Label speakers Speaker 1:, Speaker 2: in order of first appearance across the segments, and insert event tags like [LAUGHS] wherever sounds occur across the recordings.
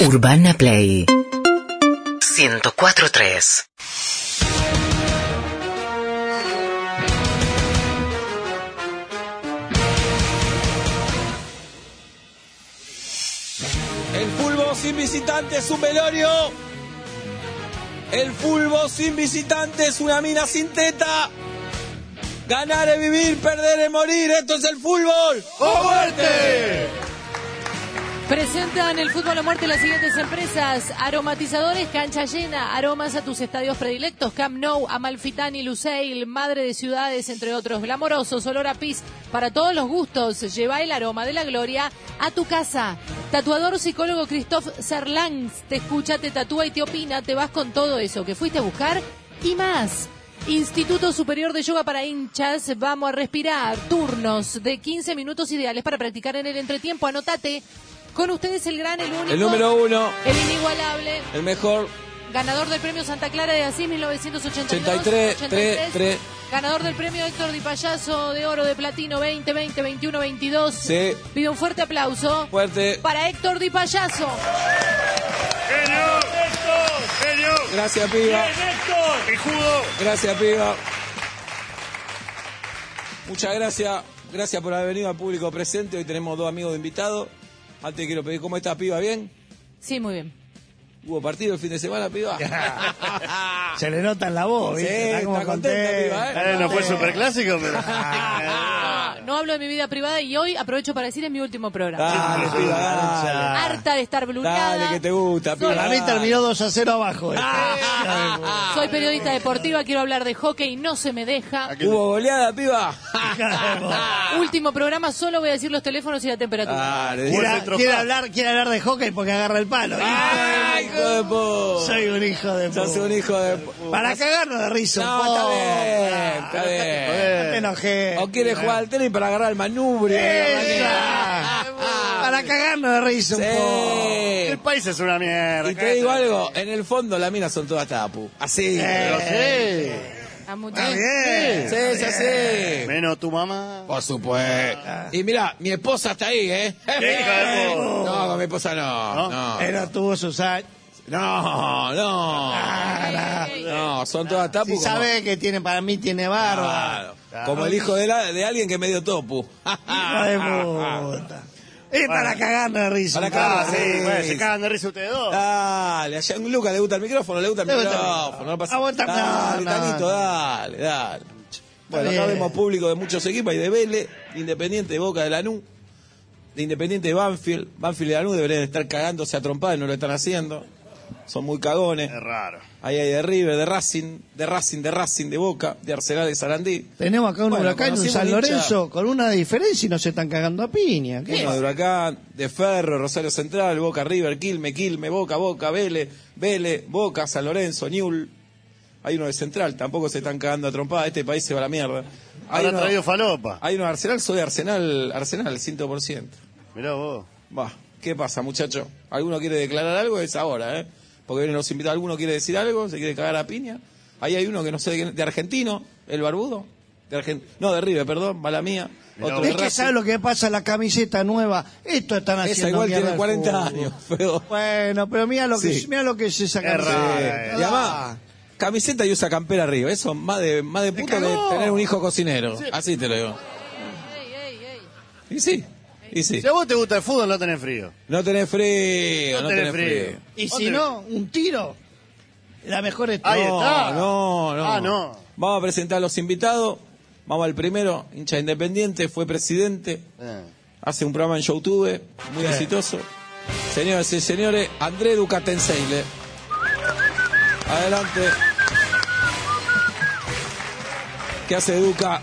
Speaker 1: Urbana Play 104.3
Speaker 2: El fulbo sin visitante es un velorio. El fulbo sin visitante es una mina sin teta. Ganar es vivir, perder es morir. Esto es el fútbol. ¡O muerte!
Speaker 3: Presentan el fútbol a muerte las siguientes empresas: aromatizadores, cancha llena, aromas a tus estadios predilectos, Camp Nou, Amalfitani, Luceil, Madre de Ciudades, entre otros. Glamorosos, olor a pis, para todos los gustos. Lleva el aroma de la gloria a tu casa. Tatuador psicólogo Christoph Serlangs te escucha, te tatúa y te opina. Te vas con todo eso que fuiste a buscar y más. Instituto Superior de Yoga para hinchas, vamos a respirar. Turnos de 15 minutos ideales para practicar en el entretiempo. Anotate. Con ustedes el gran, el único.
Speaker 2: El número uno,
Speaker 3: El inigualable,
Speaker 2: el mejor.
Speaker 3: ganador del premio Santa Clara de Asís 1982.
Speaker 2: 83,
Speaker 3: 83,
Speaker 2: 3.
Speaker 3: Ganador del premio Héctor Di Payaso de Oro de Platino 20, 20, 21, 22.
Speaker 2: Sí.
Speaker 3: Pido un fuerte aplauso
Speaker 2: Fuerte.
Speaker 3: para Héctor Di Payaso.
Speaker 4: ¡Señor! ¡Señor!
Speaker 2: Gracias, piba.
Speaker 4: ¡Pijudo!
Speaker 2: Gracias, piba. Muchas gracias. Gracias por haber venido al público presente. Hoy tenemos dos amigos de invitados. Antes quiero pedir, ¿cómo está, piba? ¿Bien?
Speaker 3: Sí, muy bien.
Speaker 2: ¿Hubo partido el fin de semana, piba?
Speaker 5: Se le nota en la voz,
Speaker 2: Sí,
Speaker 5: ¿viste? está como
Speaker 2: está contenta,
Speaker 5: contento.
Speaker 2: piba, ¿eh?
Speaker 4: Eh, no fue superclásico, pero.
Speaker 3: Ah, no hablo de mi vida privada y hoy aprovecho para decir es mi último programa.
Speaker 2: Dale, piba, dale.
Speaker 5: Ah.
Speaker 3: Harta de estar blurrada.
Speaker 2: Dale, que te gusta, piba. Ah,
Speaker 5: Para mí terminó 2 a 0 abajo. este.
Speaker 4: Ah.
Speaker 3: Soy periodista deportiva, quiero hablar de hockey, no se me deja.
Speaker 2: ¿Hubo goleada, piba?
Speaker 3: Último programa, solo voy a decir los teléfonos y la temperatura.
Speaker 2: Dale,
Speaker 5: Quiere-
Speaker 2: dice-
Speaker 4: centro
Speaker 5: quiere,
Speaker 4: fast.
Speaker 5: hablar, quiere hablar de hockey porque agarra el palo.
Speaker 4: Ah.
Speaker 2: ¡Ay, hijo de po!
Speaker 5: Soy un hijo de
Speaker 2: Sos un
Speaker 5: puta.
Speaker 2: hijo de po.
Speaker 5: Para cagarnos de risa.
Speaker 2: No,
Speaker 5: un poco. Ah,
Speaker 2: está bien, está bien.
Speaker 5: No te enojes.
Speaker 2: O quiere jugar al tenis para agarrar el manubrio.
Speaker 5: eh, Esa. Para cagarnos de risa un poco.
Speaker 2: Sí.
Speaker 4: El país es una mierda.
Speaker 2: Y te digo algo, en el fondo las minas son todas tapu. Así.
Speaker 4: Pero sí.
Speaker 3: A mucho-
Speaker 5: Está bien.
Speaker 2: Sí, es así.
Speaker 4: Menos tu mamá.
Speaker 2: Por supuesto. Y mira, mi esposa está ahí, ¿eh?
Speaker 4: ¡Qué hija de puta!
Speaker 2: No, con mi esposa no. No,
Speaker 5: Pero tuvo sus años.
Speaker 2: no. No,
Speaker 5: Ah,
Speaker 3: Ey, ey, ey.
Speaker 2: no son todas tapu.
Speaker 5: Si
Speaker 2: como-
Speaker 5: sabe que tiene, para mí tiene barba.
Speaker 2: Claro. Como el hijo de, la- de alguien que medio topu. [LAUGHS]
Speaker 5: Hijo de puta. Es ah, para cagarnos de risa.
Speaker 2: Para
Speaker 5: un poco.
Speaker 2: cagar,
Speaker 4: Ah,
Speaker 2: sí.
Speaker 4: sí, bueno, se cagan de risa ustedes dos.
Speaker 2: Dale, a Gianluca le gusta el micrófono, le gusta el
Speaker 5: Le gusta el
Speaker 2: micrófono.
Speaker 5: micrófono.
Speaker 2: No pasa
Speaker 5: A vos también.
Speaker 2: Dale,
Speaker 5: No,
Speaker 2: Tanito,
Speaker 5: no.
Speaker 2: dale, dale. Bueno, acá
Speaker 5: bien.
Speaker 2: vemos público de muchos equipos, hay de Vélez, de Independiente de Boca de Lanús, de Independiente de Banfield. Banfield y Lanús deberían estar cagándose a trompadas, no lo están haciendo. Son muy cagones.
Speaker 4: Es raro.
Speaker 2: Ahí hay de River, de Racing, de Racing, de Racing, de Boca, de Arsenal, de Sarandí.
Speaker 5: Tenemos acá un
Speaker 2: Bueno,
Speaker 5: huracán, un
Speaker 2: conocimos
Speaker 5: San
Speaker 2: hincha.
Speaker 5: Lorenzo, con una diferencia y nos están cagando a piña. ¿Qué?
Speaker 2: Uno de Huracán, de Ferro, Rosario Central, Boca River, Quilme, Quilme, Boca, Boca, Vélez, Vélez, Boca, San Lorenzo, Newell. Hay uno de Central, tampoco se están cagando a trompada, este país se va a la mierda. Hay
Speaker 4: Ahora
Speaker 2: uno,
Speaker 4: traído falopa.
Speaker 2: hay uno de Arsenal, soy de Arsenal, Arsenal, 100%.
Speaker 4: Mirá vos.
Speaker 2: Va, ¿qué pasa, muchacho? ¿Alguno quiere declarar algo? Es ahora, ¿eh? Porque vienen los invitados, ¿alguno quiere decir algo? ¿Se quiere cagar a piña? Ahí hay uno que no sé de quién- de argentino, el barbudo. De Argen- no, de River, perdón, mala mía.
Speaker 4: Mirá
Speaker 2: de
Speaker 5: Es que
Speaker 2: Racing.
Speaker 5: sabe lo que pasa la camiseta nueva. Esto están haciendo.
Speaker 2: Esa igual
Speaker 5: mierda
Speaker 2: tiene
Speaker 5: al
Speaker 2: 40
Speaker 5: fútbol.
Speaker 2: años, feo.
Speaker 5: Bueno, pero mira lo que
Speaker 2: Sí.
Speaker 5: mira lo que es esa
Speaker 4: Es
Speaker 5: camiseta. Ah.
Speaker 4: rara, eh.
Speaker 2: Y además, camiseta y usa campera arriba. Eso más de, más de puto que
Speaker 5: cagó.
Speaker 2: tener un hijo cocinero. Así te lo digo.
Speaker 3: Ey, ey, ey.
Speaker 2: Y sí, y sí.
Speaker 4: Si a vos te gusta el fútbol, no tenés frío.
Speaker 2: No tenés frío, no, tenés frío.
Speaker 5: Y
Speaker 4: ¿Dónde?
Speaker 5: si no, un tiro. La mejor es
Speaker 4: Ahí
Speaker 5: todo.
Speaker 4: está.
Speaker 2: No, no.
Speaker 4: Ah, no.
Speaker 2: Vamos a presentar a los invitados. Vamos al primero, hincha independiente, fue presidente,
Speaker 4: Eh.
Speaker 2: hace un programa en YouTube, muy exitoso. Señoras y señores, André Ducatenseile. Adelante. ¿Qué hace Duca?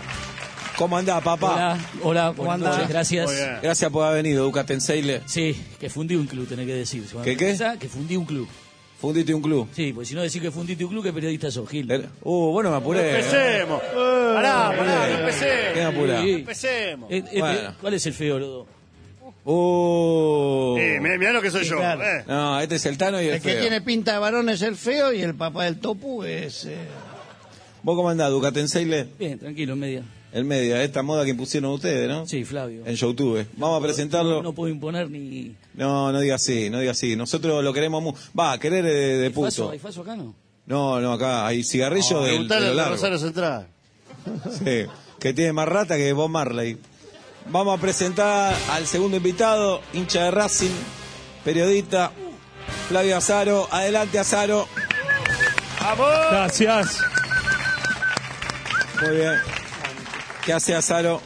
Speaker 2: ¿Cómo andá, papá?
Speaker 6: Hola, hola, buenas
Speaker 5: andás?
Speaker 6: noches, gracias.
Speaker 4: Muy bien.
Speaker 2: Gracias por haber venido, Duca Tenseile.
Speaker 6: Sí, que fundí un club, tenés que decir. Si van a
Speaker 2: ¿Qué, qué?
Speaker 6: pensar, Que fundí un club.
Speaker 2: Fundiste un club.
Speaker 6: Sí, pues si no decís que fundiste un club, ¿qué periodista sos, Gil?
Speaker 2: Eh, Uh, bueno, me apuré. eh.
Speaker 4: Empecemos. Pará, pará,
Speaker 6: Eh.
Speaker 4: no
Speaker 2: Qué me
Speaker 4: empecemos.
Speaker 2: apurá.
Speaker 6: Sí.
Speaker 4: Empecemos.
Speaker 6: Eh, eh,
Speaker 2: Bueno.
Speaker 6: ¿Cuál es el feo, Lodo?
Speaker 2: Uh.
Speaker 4: Eh, mirá, mirá lo que soy
Speaker 5: Sí,
Speaker 4: yo.
Speaker 5: claro.
Speaker 4: eh.
Speaker 2: No, este es el Tano y el,
Speaker 5: El que
Speaker 2: feo.
Speaker 5: tiene pinta de varón es el feo y el papá del topu es. eh,
Speaker 2: ¿Vos cómo andás, Duca Tenseile?
Speaker 6: Bien, tranquilo, en media.
Speaker 2: El media, esta moda que impusieron ustedes, ¿no?
Speaker 6: Sí, Flavio.
Speaker 2: En YouTube. Vamos a presentarlo.
Speaker 6: No puedo imponer ni.
Speaker 2: No, no diga así, no diga así. Nosotros lo queremos mucho. Va, querer eh, de, de
Speaker 6: Faso,
Speaker 2: puto.
Speaker 6: ¿Hay faso acá no?
Speaker 2: No, no, acá hay cigarrillo del, de
Speaker 4: Preguntale
Speaker 2: lo
Speaker 4: al de
Speaker 2: largo.
Speaker 4: Rosario Central.
Speaker 2: Sí, que tiene más rata que Bob Marley. Vamos a presentar al segundo invitado, hincha de Racing, periodista, Flavio Azaro. Adelante, Azaro.
Speaker 1: Gracias.
Speaker 2: Muy bien. ¿Qué hace Azaro?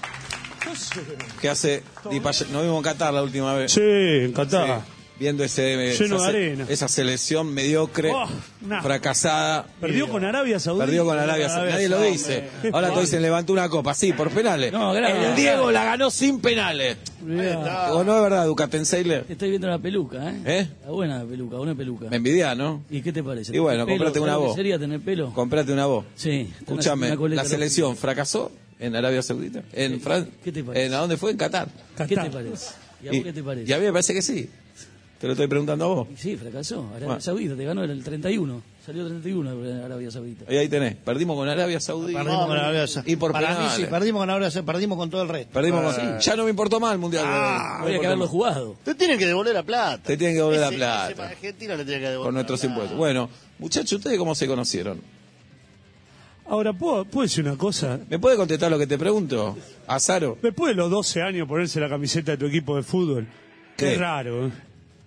Speaker 2: ¿Qué hace? Di Paya- Nos vimos en Qatar la última vez.
Speaker 1: Sí, encantada.
Speaker 2: Sí, Viendo ese, eh, esa,
Speaker 1: Lleno de
Speaker 2: se-
Speaker 1: arena.
Speaker 2: esa selección mediocre,
Speaker 1: Oh, nah.
Speaker 2: fracasada.
Speaker 1: Perdió con Arabia Saudita.
Speaker 2: Perdió con Arabia Saudita. Nadie lo dice. Ahora te dicen levantó una copa, sí, por penales.
Speaker 6: No, gracias.
Speaker 2: el Diego la ganó sin penales.
Speaker 6: Mirá,
Speaker 2: ¿O no es verdad, Ducatenseiler?
Speaker 6: te Eh, estoy viendo una peluca, ¿eh?
Speaker 2: ¿Eh?
Speaker 6: Está buena la peluca, una peluca.
Speaker 2: Me envidia, ¿no?
Speaker 6: ¿Y qué te parece?
Speaker 2: Y bueno,
Speaker 6: ¿Tenés
Speaker 2: comprate
Speaker 6: pelo?
Speaker 2: una
Speaker 6: ¿Sabés lo que
Speaker 2: vos.
Speaker 6: ¿Sería tener pelo?
Speaker 2: Comprate una voz.
Speaker 6: Sí.
Speaker 2: Escúchame,
Speaker 6: una coleta
Speaker 2: la
Speaker 6: loca.
Speaker 2: selección fracasó en Arabia Saudita, en Francia.
Speaker 6: ¿Qué te parece?
Speaker 2: ¿En a dónde fue? En Qatar.
Speaker 6: ¿Qué te parece? ¿Y a vos qué te
Speaker 2: y a
Speaker 6: parece?
Speaker 2: mí me parece que sí. Te lo estoy preguntando a vos.
Speaker 6: Sí, fracasó. Arabia
Speaker 2: Bueno.
Speaker 6: Saudita te ganó el 31. Salió 31 Arabia Saudita.
Speaker 2: Y ahí tenés. Perdimos con Arabia Saudita.
Speaker 4: Perdimos con Arabia Saudita.
Speaker 2: Y por
Speaker 5: Para mí
Speaker 2: penales.
Speaker 5: sí, perdimos con ahora, perdimos con todo el resto.
Speaker 2: Perdimos con- Ya no me importó más el mundial. Ah, No me
Speaker 6: Ah, Habría que
Speaker 2: importó
Speaker 6: haberlo
Speaker 2: más.
Speaker 6: jugado.
Speaker 4: Te tienen que devolver la plata.
Speaker 2: Te tienen que devolver la
Speaker 4: Ese-
Speaker 2: plata.
Speaker 4: ese para Argentina le tienen que devolver
Speaker 2: Con nuestros
Speaker 4: la plata.
Speaker 2: impuestos. Bueno, muchachos, ¿ustedes cómo se conocieron?
Speaker 1: Ahora, ¿puedo, puedo decir una cosa?
Speaker 2: ¿Me puede contestar lo que te pregunto? Azaro.
Speaker 1: Después de los 12 años ponerse la camiseta de tu equipo de fútbol,
Speaker 2: ¿Qué?
Speaker 1: es raro. ¿eh?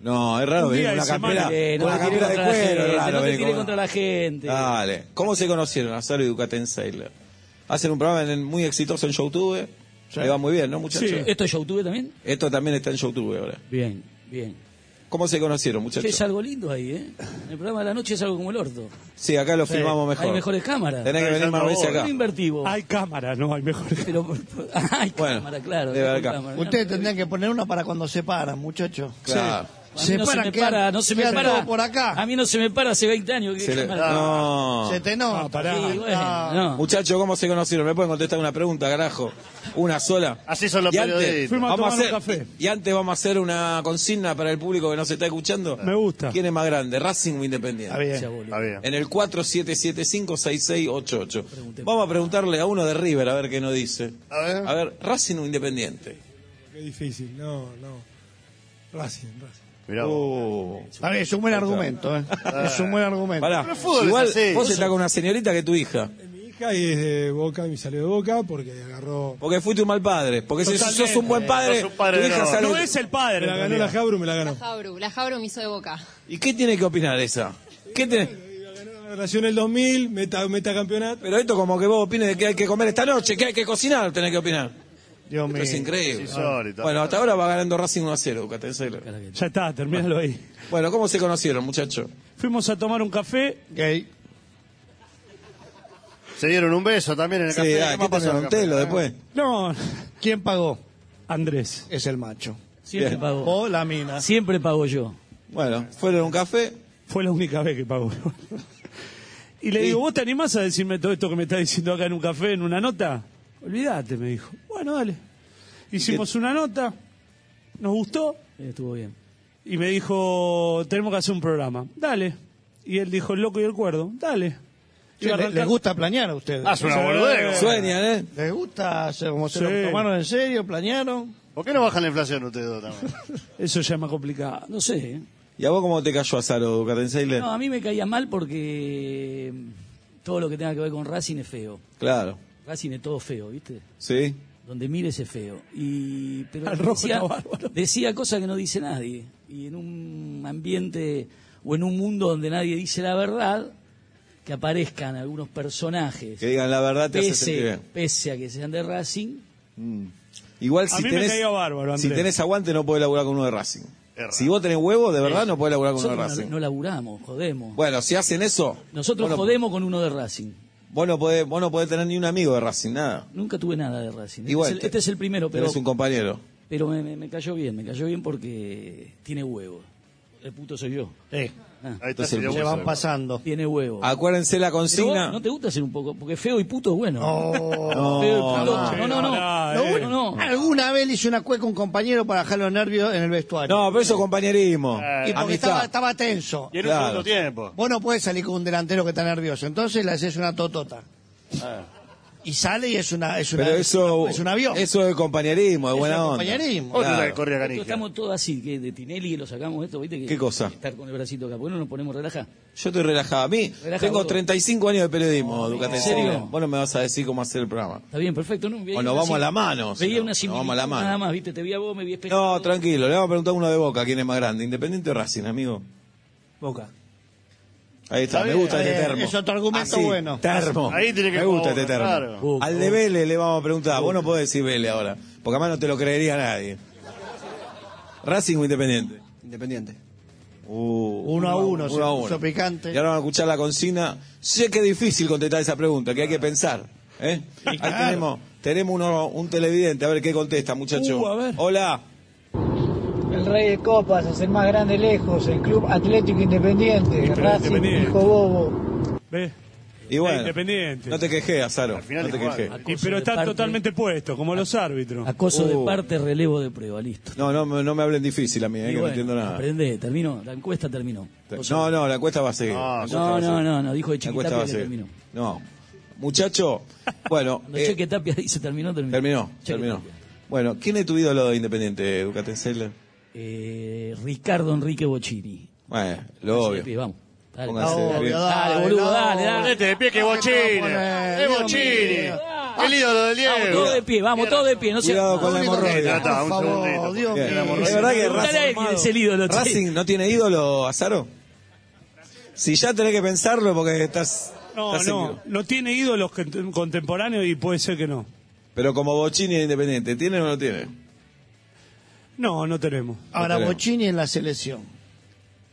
Speaker 2: No, es raro
Speaker 1: Un día
Speaker 2: venir con
Speaker 1: de
Speaker 2: la
Speaker 1: semana.
Speaker 2: campera,
Speaker 6: Eh, no
Speaker 2: Ah, con
Speaker 6: te
Speaker 2: la
Speaker 6: tires
Speaker 2: campera de
Speaker 6: contra la
Speaker 2: cuero. es
Speaker 6: gente,
Speaker 2: raro
Speaker 6: no te
Speaker 2: venir
Speaker 6: tires
Speaker 2: con-
Speaker 6: contra la gente.
Speaker 2: Dale. ¿Cómo se conocieron Azaro y Ducaten Sailor? Hacen un programa en- muy exitoso en Showtube.
Speaker 1: Sí.
Speaker 2: Le va muy bien, ¿no, muchachos?
Speaker 1: Sí.
Speaker 6: ¿Esto es YouTube también?
Speaker 2: Esto también está en Showtube ahora.
Speaker 6: Bien, bien.
Speaker 2: ¿Cómo se conocieron,
Speaker 6: Che, es
Speaker 2: muchachos?
Speaker 6: algo lindo ahí, ¿eh? En el programa de la noche es algo como el orto.
Speaker 2: Sí, acá lo filmamos mejor.
Speaker 6: Hay mejores cámaras.
Speaker 2: Tenés que venir más veces acá.
Speaker 6: No invertí vos.
Speaker 1: Hay cámara, ¿no? Hay mejor.
Speaker 6: Pero por- por- [LAUGHS] Ay,
Speaker 2: Bueno,
Speaker 6: cámara, claro.
Speaker 2: debe haber
Speaker 6: por
Speaker 2: cámara.
Speaker 6: cámara.
Speaker 5: Ustedes tendrían que poner una para cuando se paran, muchachos.
Speaker 2: Claro.
Speaker 6: A mí no se
Speaker 5: paran,
Speaker 6: me
Speaker 5: quedan-
Speaker 6: para, no se me
Speaker 5: quedan
Speaker 6: para.
Speaker 5: todos por acá.
Speaker 6: A mí no se me para hace 20 años. que
Speaker 2: Se le-
Speaker 6: cámara.
Speaker 2: No.
Speaker 5: Se te nota.
Speaker 1: Ah, pará.
Speaker 6: Sí, bueno, no.
Speaker 2: Muchachos, ¿cómo se conocieron? ¿Me pueden contestar una pregunta, carajo? Una sola.
Speaker 4: Así son los
Speaker 2: Y antes-
Speaker 4: periodistas.
Speaker 1: Fuimos a
Speaker 2: vamos
Speaker 1: tomar un
Speaker 2: hacer,
Speaker 1: café.
Speaker 2: Y antes vamos a hacer una consigna para el público que nos está escuchando.
Speaker 1: Me gusta.
Speaker 2: ¿Quién es más grande, Racing o
Speaker 5: Está
Speaker 2: Independiente?
Speaker 5: bien.
Speaker 6: Ya, boludo.
Speaker 4: Está bien.
Speaker 2: En el 47756688. Vamos a preguntarle a uno de River a ver qué nos dice.
Speaker 4: A ver.
Speaker 2: A ver, Racing o Independiente.
Speaker 7: Qué difícil, no, no. Racing, Racing.
Speaker 4: Mirá vos.
Speaker 2: Uh.
Speaker 5: Está bien, es un buen argumento, ¿eh? Es un buen argumento.
Speaker 2: Pará,
Speaker 4: Pero el fútbol es
Speaker 2: igual
Speaker 4: así.
Speaker 2: vos estás con una señorita que es tu hija.
Speaker 7: Es Mi hija y es de Boca y me salió de Boca porque agarró...
Speaker 2: Porque fuiste un mal padre. Porque si
Speaker 1: Totalmente.
Speaker 2: sos un buen padre,
Speaker 4: Sos un padre
Speaker 2: tu hija
Speaker 4: no.
Speaker 2: sale-
Speaker 1: No es el
Speaker 7: Me
Speaker 1: padre.
Speaker 7: la
Speaker 1: en
Speaker 7: ganó la
Speaker 1: realidad.
Speaker 7: Jabru, me la ganó.
Speaker 8: Jabru, la Jabru me hizo de boca.
Speaker 2: ¿Y qué tiene que opinar esa? ¿Qué tiene?
Speaker 7: La ganó la relación el 2000, meta, meta campeonato.
Speaker 2: Pero esto como que vos opines de qué hay que comer esta noche, qué hay que cocinar, tenés que opinar.
Speaker 5: Dios
Speaker 2: Esto
Speaker 5: mío.
Speaker 2: es increíble.
Speaker 4: Sí, insólito.
Speaker 2: Bueno, hasta ahora va ganando Racing 1 a 0, Bucatenseiro.
Speaker 1: Ya está, terminalo ahí.
Speaker 2: Bueno, ¿cómo se conocieron, muchachos?
Speaker 1: Fuimos a tomar un café.
Speaker 5: Gay.
Speaker 4: Se dieron un beso también en el
Speaker 2: Sí,
Speaker 4: café.
Speaker 2: ah,
Speaker 4: ¿Qué
Speaker 2: ¿qué
Speaker 4: más pasó
Speaker 2: pasó
Speaker 4: en el
Speaker 2: con
Speaker 4: café?
Speaker 2: Telo después?
Speaker 1: No,
Speaker 5: ¿Quién pagó?
Speaker 1: Andrés.
Speaker 5: Es el macho.
Speaker 6: Siempre
Speaker 2: Bien.
Speaker 6: pago.
Speaker 5: O la mina.
Speaker 6: Siempre pago yo.
Speaker 2: Bueno, fueron a un café.
Speaker 1: Fue la única vez
Speaker 7: [LAUGHS]
Speaker 1: que pagó. Y le digo, ¿vos te animás a decirme todo esto que me estás diciendo acá en un café, en una nota? Olvídate, me dijo. Bueno, dale. Hicimos una nota, nos gustó,
Speaker 6: Eh, Estuvo bien.
Speaker 1: y me dijo, tenemos que hacer un programa. Dale. Y él dijo, el loco y el cuerdo, dale.
Speaker 5: Sí, le- les gusta planear a ustedes.
Speaker 4: Ah, es una
Speaker 1: Sí.
Speaker 4: boludez. como-
Speaker 2: Sueñan, ¿eh?
Speaker 5: Les gusta, hacer como se
Speaker 1: Sí.
Speaker 5: lo tomaron en serio, planearon.
Speaker 4: eh? ¿Por qué no bajan la inflación ustedes dos también?
Speaker 1: Eso ya es más complicado.
Speaker 6: No sé. ¿eh?
Speaker 2: ¿Y a vos cómo te cayó a Zaro, Bucatenseiro?
Speaker 6: No, a mí me caía mal porque mm, todo lo que tenga que ver con Racing es feo.
Speaker 2: Claro,
Speaker 6: Racing es todo feo, ¿viste?
Speaker 2: ¿sí?
Speaker 6: Donde mires es feo. Y, pero
Speaker 1: Al rojo
Speaker 6: decía,
Speaker 1: está bárbaro.
Speaker 6: decía cosas que no dice nadie. Y en un ambiente o en un mundo donde nadie dice la verdad, que aparezcan algunos personajes.
Speaker 2: Que digan la verdad te hace sentir
Speaker 6: Pese,
Speaker 2: bien.
Speaker 6: pese a que sean de Racing,
Speaker 2: Igual
Speaker 1: A
Speaker 2: si
Speaker 1: mí me
Speaker 2: tenés,
Speaker 1: caía bárbaro,
Speaker 2: si
Speaker 1: Andrés.
Speaker 2: tenés aguante no podés laburar con uno de Racing.
Speaker 4: Erra.
Speaker 2: Si vos tenés huevo, de verdad no podés laburar con uno de
Speaker 6: nosotros no,
Speaker 2: Racing.
Speaker 6: no laburamos, jodemos.
Speaker 2: Bueno, si hacen eso,
Speaker 6: Nosotros jodemos con uno de Racing.
Speaker 2: vos no podés, vos no podés tener ni un amigo de Racing, nada.
Speaker 6: Nunca tuve nada de Racing. Este
Speaker 2: Igual,
Speaker 6: es el-
Speaker 2: te-
Speaker 6: este es el primero, pero
Speaker 2: Tenés un compañero.
Speaker 6: Pero me, me- me cayó bien, me cayó bien porque tiene huevo. El puto soy yo.
Speaker 5: Sí.
Speaker 6: Ah,
Speaker 4: Ahí está,
Speaker 2: Entonces,
Speaker 4: se dio
Speaker 5: Se van
Speaker 4: beso.
Speaker 6: [LAUGHS]
Speaker 5: pasando.
Speaker 6: tiene huevo.
Speaker 2: Acuérdense la
Speaker 6: Pero vos
Speaker 2: consigna.
Speaker 6: no te gusta ser un poco, porque feo y puto es bueno.
Speaker 5: No.
Speaker 6: Feo y puto-
Speaker 1: jamás.
Speaker 6: no, no, no.
Speaker 1: Pará,
Speaker 6: Lo
Speaker 1: eh.
Speaker 6: bueno, no.
Speaker 5: Oh, Alguna vez le hice una cueca a un compañero para bajar los nervios en el vestuario.
Speaker 2: No, pero eso es compañerismo.
Speaker 5: y
Speaker 1: Eh,
Speaker 5: porque
Speaker 2: Amistad.
Speaker 5: estaba, estaba tenso.
Speaker 4: Y en
Speaker 2: Claro.
Speaker 4: un segundo tiempo.
Speaker 5: Vos no podés salir con un delantero que está nervioso. Entonces le haces una totota. y sale y es una es una
Speaker 2: Pero eso
Speaker 5: es un avión.
Speaker 2: Eso es compañerismo, de
Speaker 5: Es
Speaker 2: buena
Speaker 5: un
Speaker 2: onda.
Speaker 5: compañerismo.
Speaker 4: Otro
Speaker 2: Claro.
Speaker 4: que corría
Speaker 6: Nosotros
Speaker 4: canilla.
Speaker 6: Estamos todos así, que de Tinelli lo sacamos esto, ¿viste? Que-
Speaker 2: ¿Qué cosa?
Speaker 6: Estar con el bracito acá, ¿por qué no nos ponemos relaja?
Speaker 2: Yo estoy relajado. A mí
Speaker 6: Relaja,
Speaker 2: tengo
Speaker 6: gordo.
Speaker 2: 35 años de periodismo, Ducati.
Speaker 6: ¿en serio?
Speaker 2: Vos no me vas a decir cómo hacer el programa.
Speaker 6: Está bien, perfecto, ¿no? Veía
Speaker 2: O nos
Speaker 6: una
Speaker 2: vamos
Speaker 6: sim-
Speaker 2: a la mano, si
Speaker 6: Veía
Speaker 2: no,
Speaker 6: una
Speaker 2: nos
Speaker 6: similitud
Speaker 2: vamos a la mano.
Speaker 6: nada más, ¿viste? Te vi a vos, me vi espejado.
Speaker 2: No, tranquilo, le vamos a preguntar a uno de Boca quién es más grande, Independiente o Racing, amigo.
Speaker 7: Boca.
Speaker 2: Ahí está,
Speaker 4: Está
Speaker 2: me
Speaker 4: bien,
Speaker 2: gusta
Speaker 4: está
Speaker 2: este
Speaker 4: bien.
Speaker 2: termo.
Speaker 5: Es otro argumento bueno.
Speaker 2: Termo.
Speaker 4: Ahí tiene que
Speaker 2: me gusta
Speaker 4: jugar,
Speaker 2: este termo.
Speaker 4: claro.
Speaker 2: Al de Vélez le vamos a preguntar, vos no podés decir Vélez ahora, porque además no te lo creería nadie. Racing o Independiente.
Speaker 8: Independiente.
Speaker 2: Uh,
Speaker 5: Uno a uno, se
Speaker 2: uno a
Speaker 5: puso
Speaker 2: uno.
Speaker 5: picante.
Speaker 2: Y ahora vamos a escuchar la consigna. Sé que es difícil contestar esa pregunta, que hay que pensar. ¿eh? Ahí tenemos, tenemos uno, un televidente, a ver qué contesta, muchacho.
Speaker 1: Uh, a ver.
Speaker 2: Hola.
Speaker 9: El rey de copas es el más grande lejos, el club Atlético Independiente,
Speaker 1: Independiente.
Speaker 9: Racing, hijo bobo.
Speaker 1: ¿Ves?
Speaker 2: Y bueno,
Speaker 1: Eh, Independiente.
Speaker 2: No te quejes, Azaro.
Speaker 4: Al final
Speaker 2: No te
Speaker 4: igual.
Speaker 2: quejes.
Speaker 1: Y,
Speaker 6: Acoso
Speaker 1: pero
Speaker 6: de
Speaker 1: está
Speaker 6: parte-
Speaker 1: totalmente puesto,
Speaker 2: Ah,
Speaker 1: como los árbitros.
Speaker 6: Acoso
Speaker 2: Uh.
Speaker 6: de parte, relevo de prueba, listo.
Speaker 2: No, no, me- no me hablen difícil a mí, eh,
Speaker 6: Y
Speaker 2: que
Speaker 6: bueno,
Speaker 2: no entiendo nada.
Speaker 6: Aprendé, terminó, la encuesta terminó. Vos
Speaker 2: No,
Speaker 6: sabés.
Speaker 2: no, la encuesta va a seguir.
Speaker 4: No,
Speaker 2: La encuesta va
Speaker 6: no,
Speaker 2: a
Speaker 6: no,
Speaker 2: seguir.
Speaker 6: no, no, dijo de
Speaker 2: La encuesta
Speaker 6: chiquita
Speaker 2: va a
Speaker 6: que
Speaker 2: seguir.
Speaker 6: terminó.
Speaker 2: No. Muchacho, bueno,
Speaker 6: Cuando
Speaker 2: eh,
Speaker 6: Cheque Tapia dice terminó, terminó.
Speaker 2: terminó,
Speaker 6: Cheque
Speaker 2: terminó.
Speaker 6: Tapia.
Speaker 2: Bueno, ¿quién es tu ídolo de Independiente, Ducatensel?
Speaker 6: Eh, Ricardo Enrique Bocini.
Speaker 2: Bueno, lo
Speaker 6: Sí, pi,
Speaker 2: obvio.
Speaker 6: vamos. Dale,
Speaker 2: Póngase
Speaker 6: Dale,
Speaker 2: de pie.
Speaker 6: dale, boludo, dale, dale.
Speaker 4: Ponete Este de pie que es bochine. Es bochine. El ídolo del
Speaker 6: Ah, Vamos todos de
Speaker 4: Diego.
Speaker 6: pie, vamos todos de pie. No se
Speaker 2: Cuidado con la
Speaker 4: Ya
Speaker 2: hemorroida.
Speaker 4: está, un
Speaker 5: Por favor,
Speaker 4: segundito.
Speaker 5: Dios
Speaker 2: Bien.
Speaker 4: La
Speaker 2: Es
Speaker 4: hemorroida.
Speaker 2: verdad que
Speaker 6: Preguntale a él
Speaker 2: Racing,
Speaker 6: quién es el ídolo, che.
Speaker 2: Racing no tiene ídolo, Azaro. Si ya tenés que pensarlo porque estás.
Speaker 1: No,
Speaker 2: estás
Speaker 1: no,
Speaker 2: en-
Speaker 1: no tiene ídolos cont- contemporáneos y puede ser que no.
Speaker 2: Pero como Bochini es Independiente, ¿tiene o no tiene?
Speaker 1: No, no tenemos.
Speaker 5: Ahora
Speaker 2: tenemos.
Speaker 5: Bochini en la selección.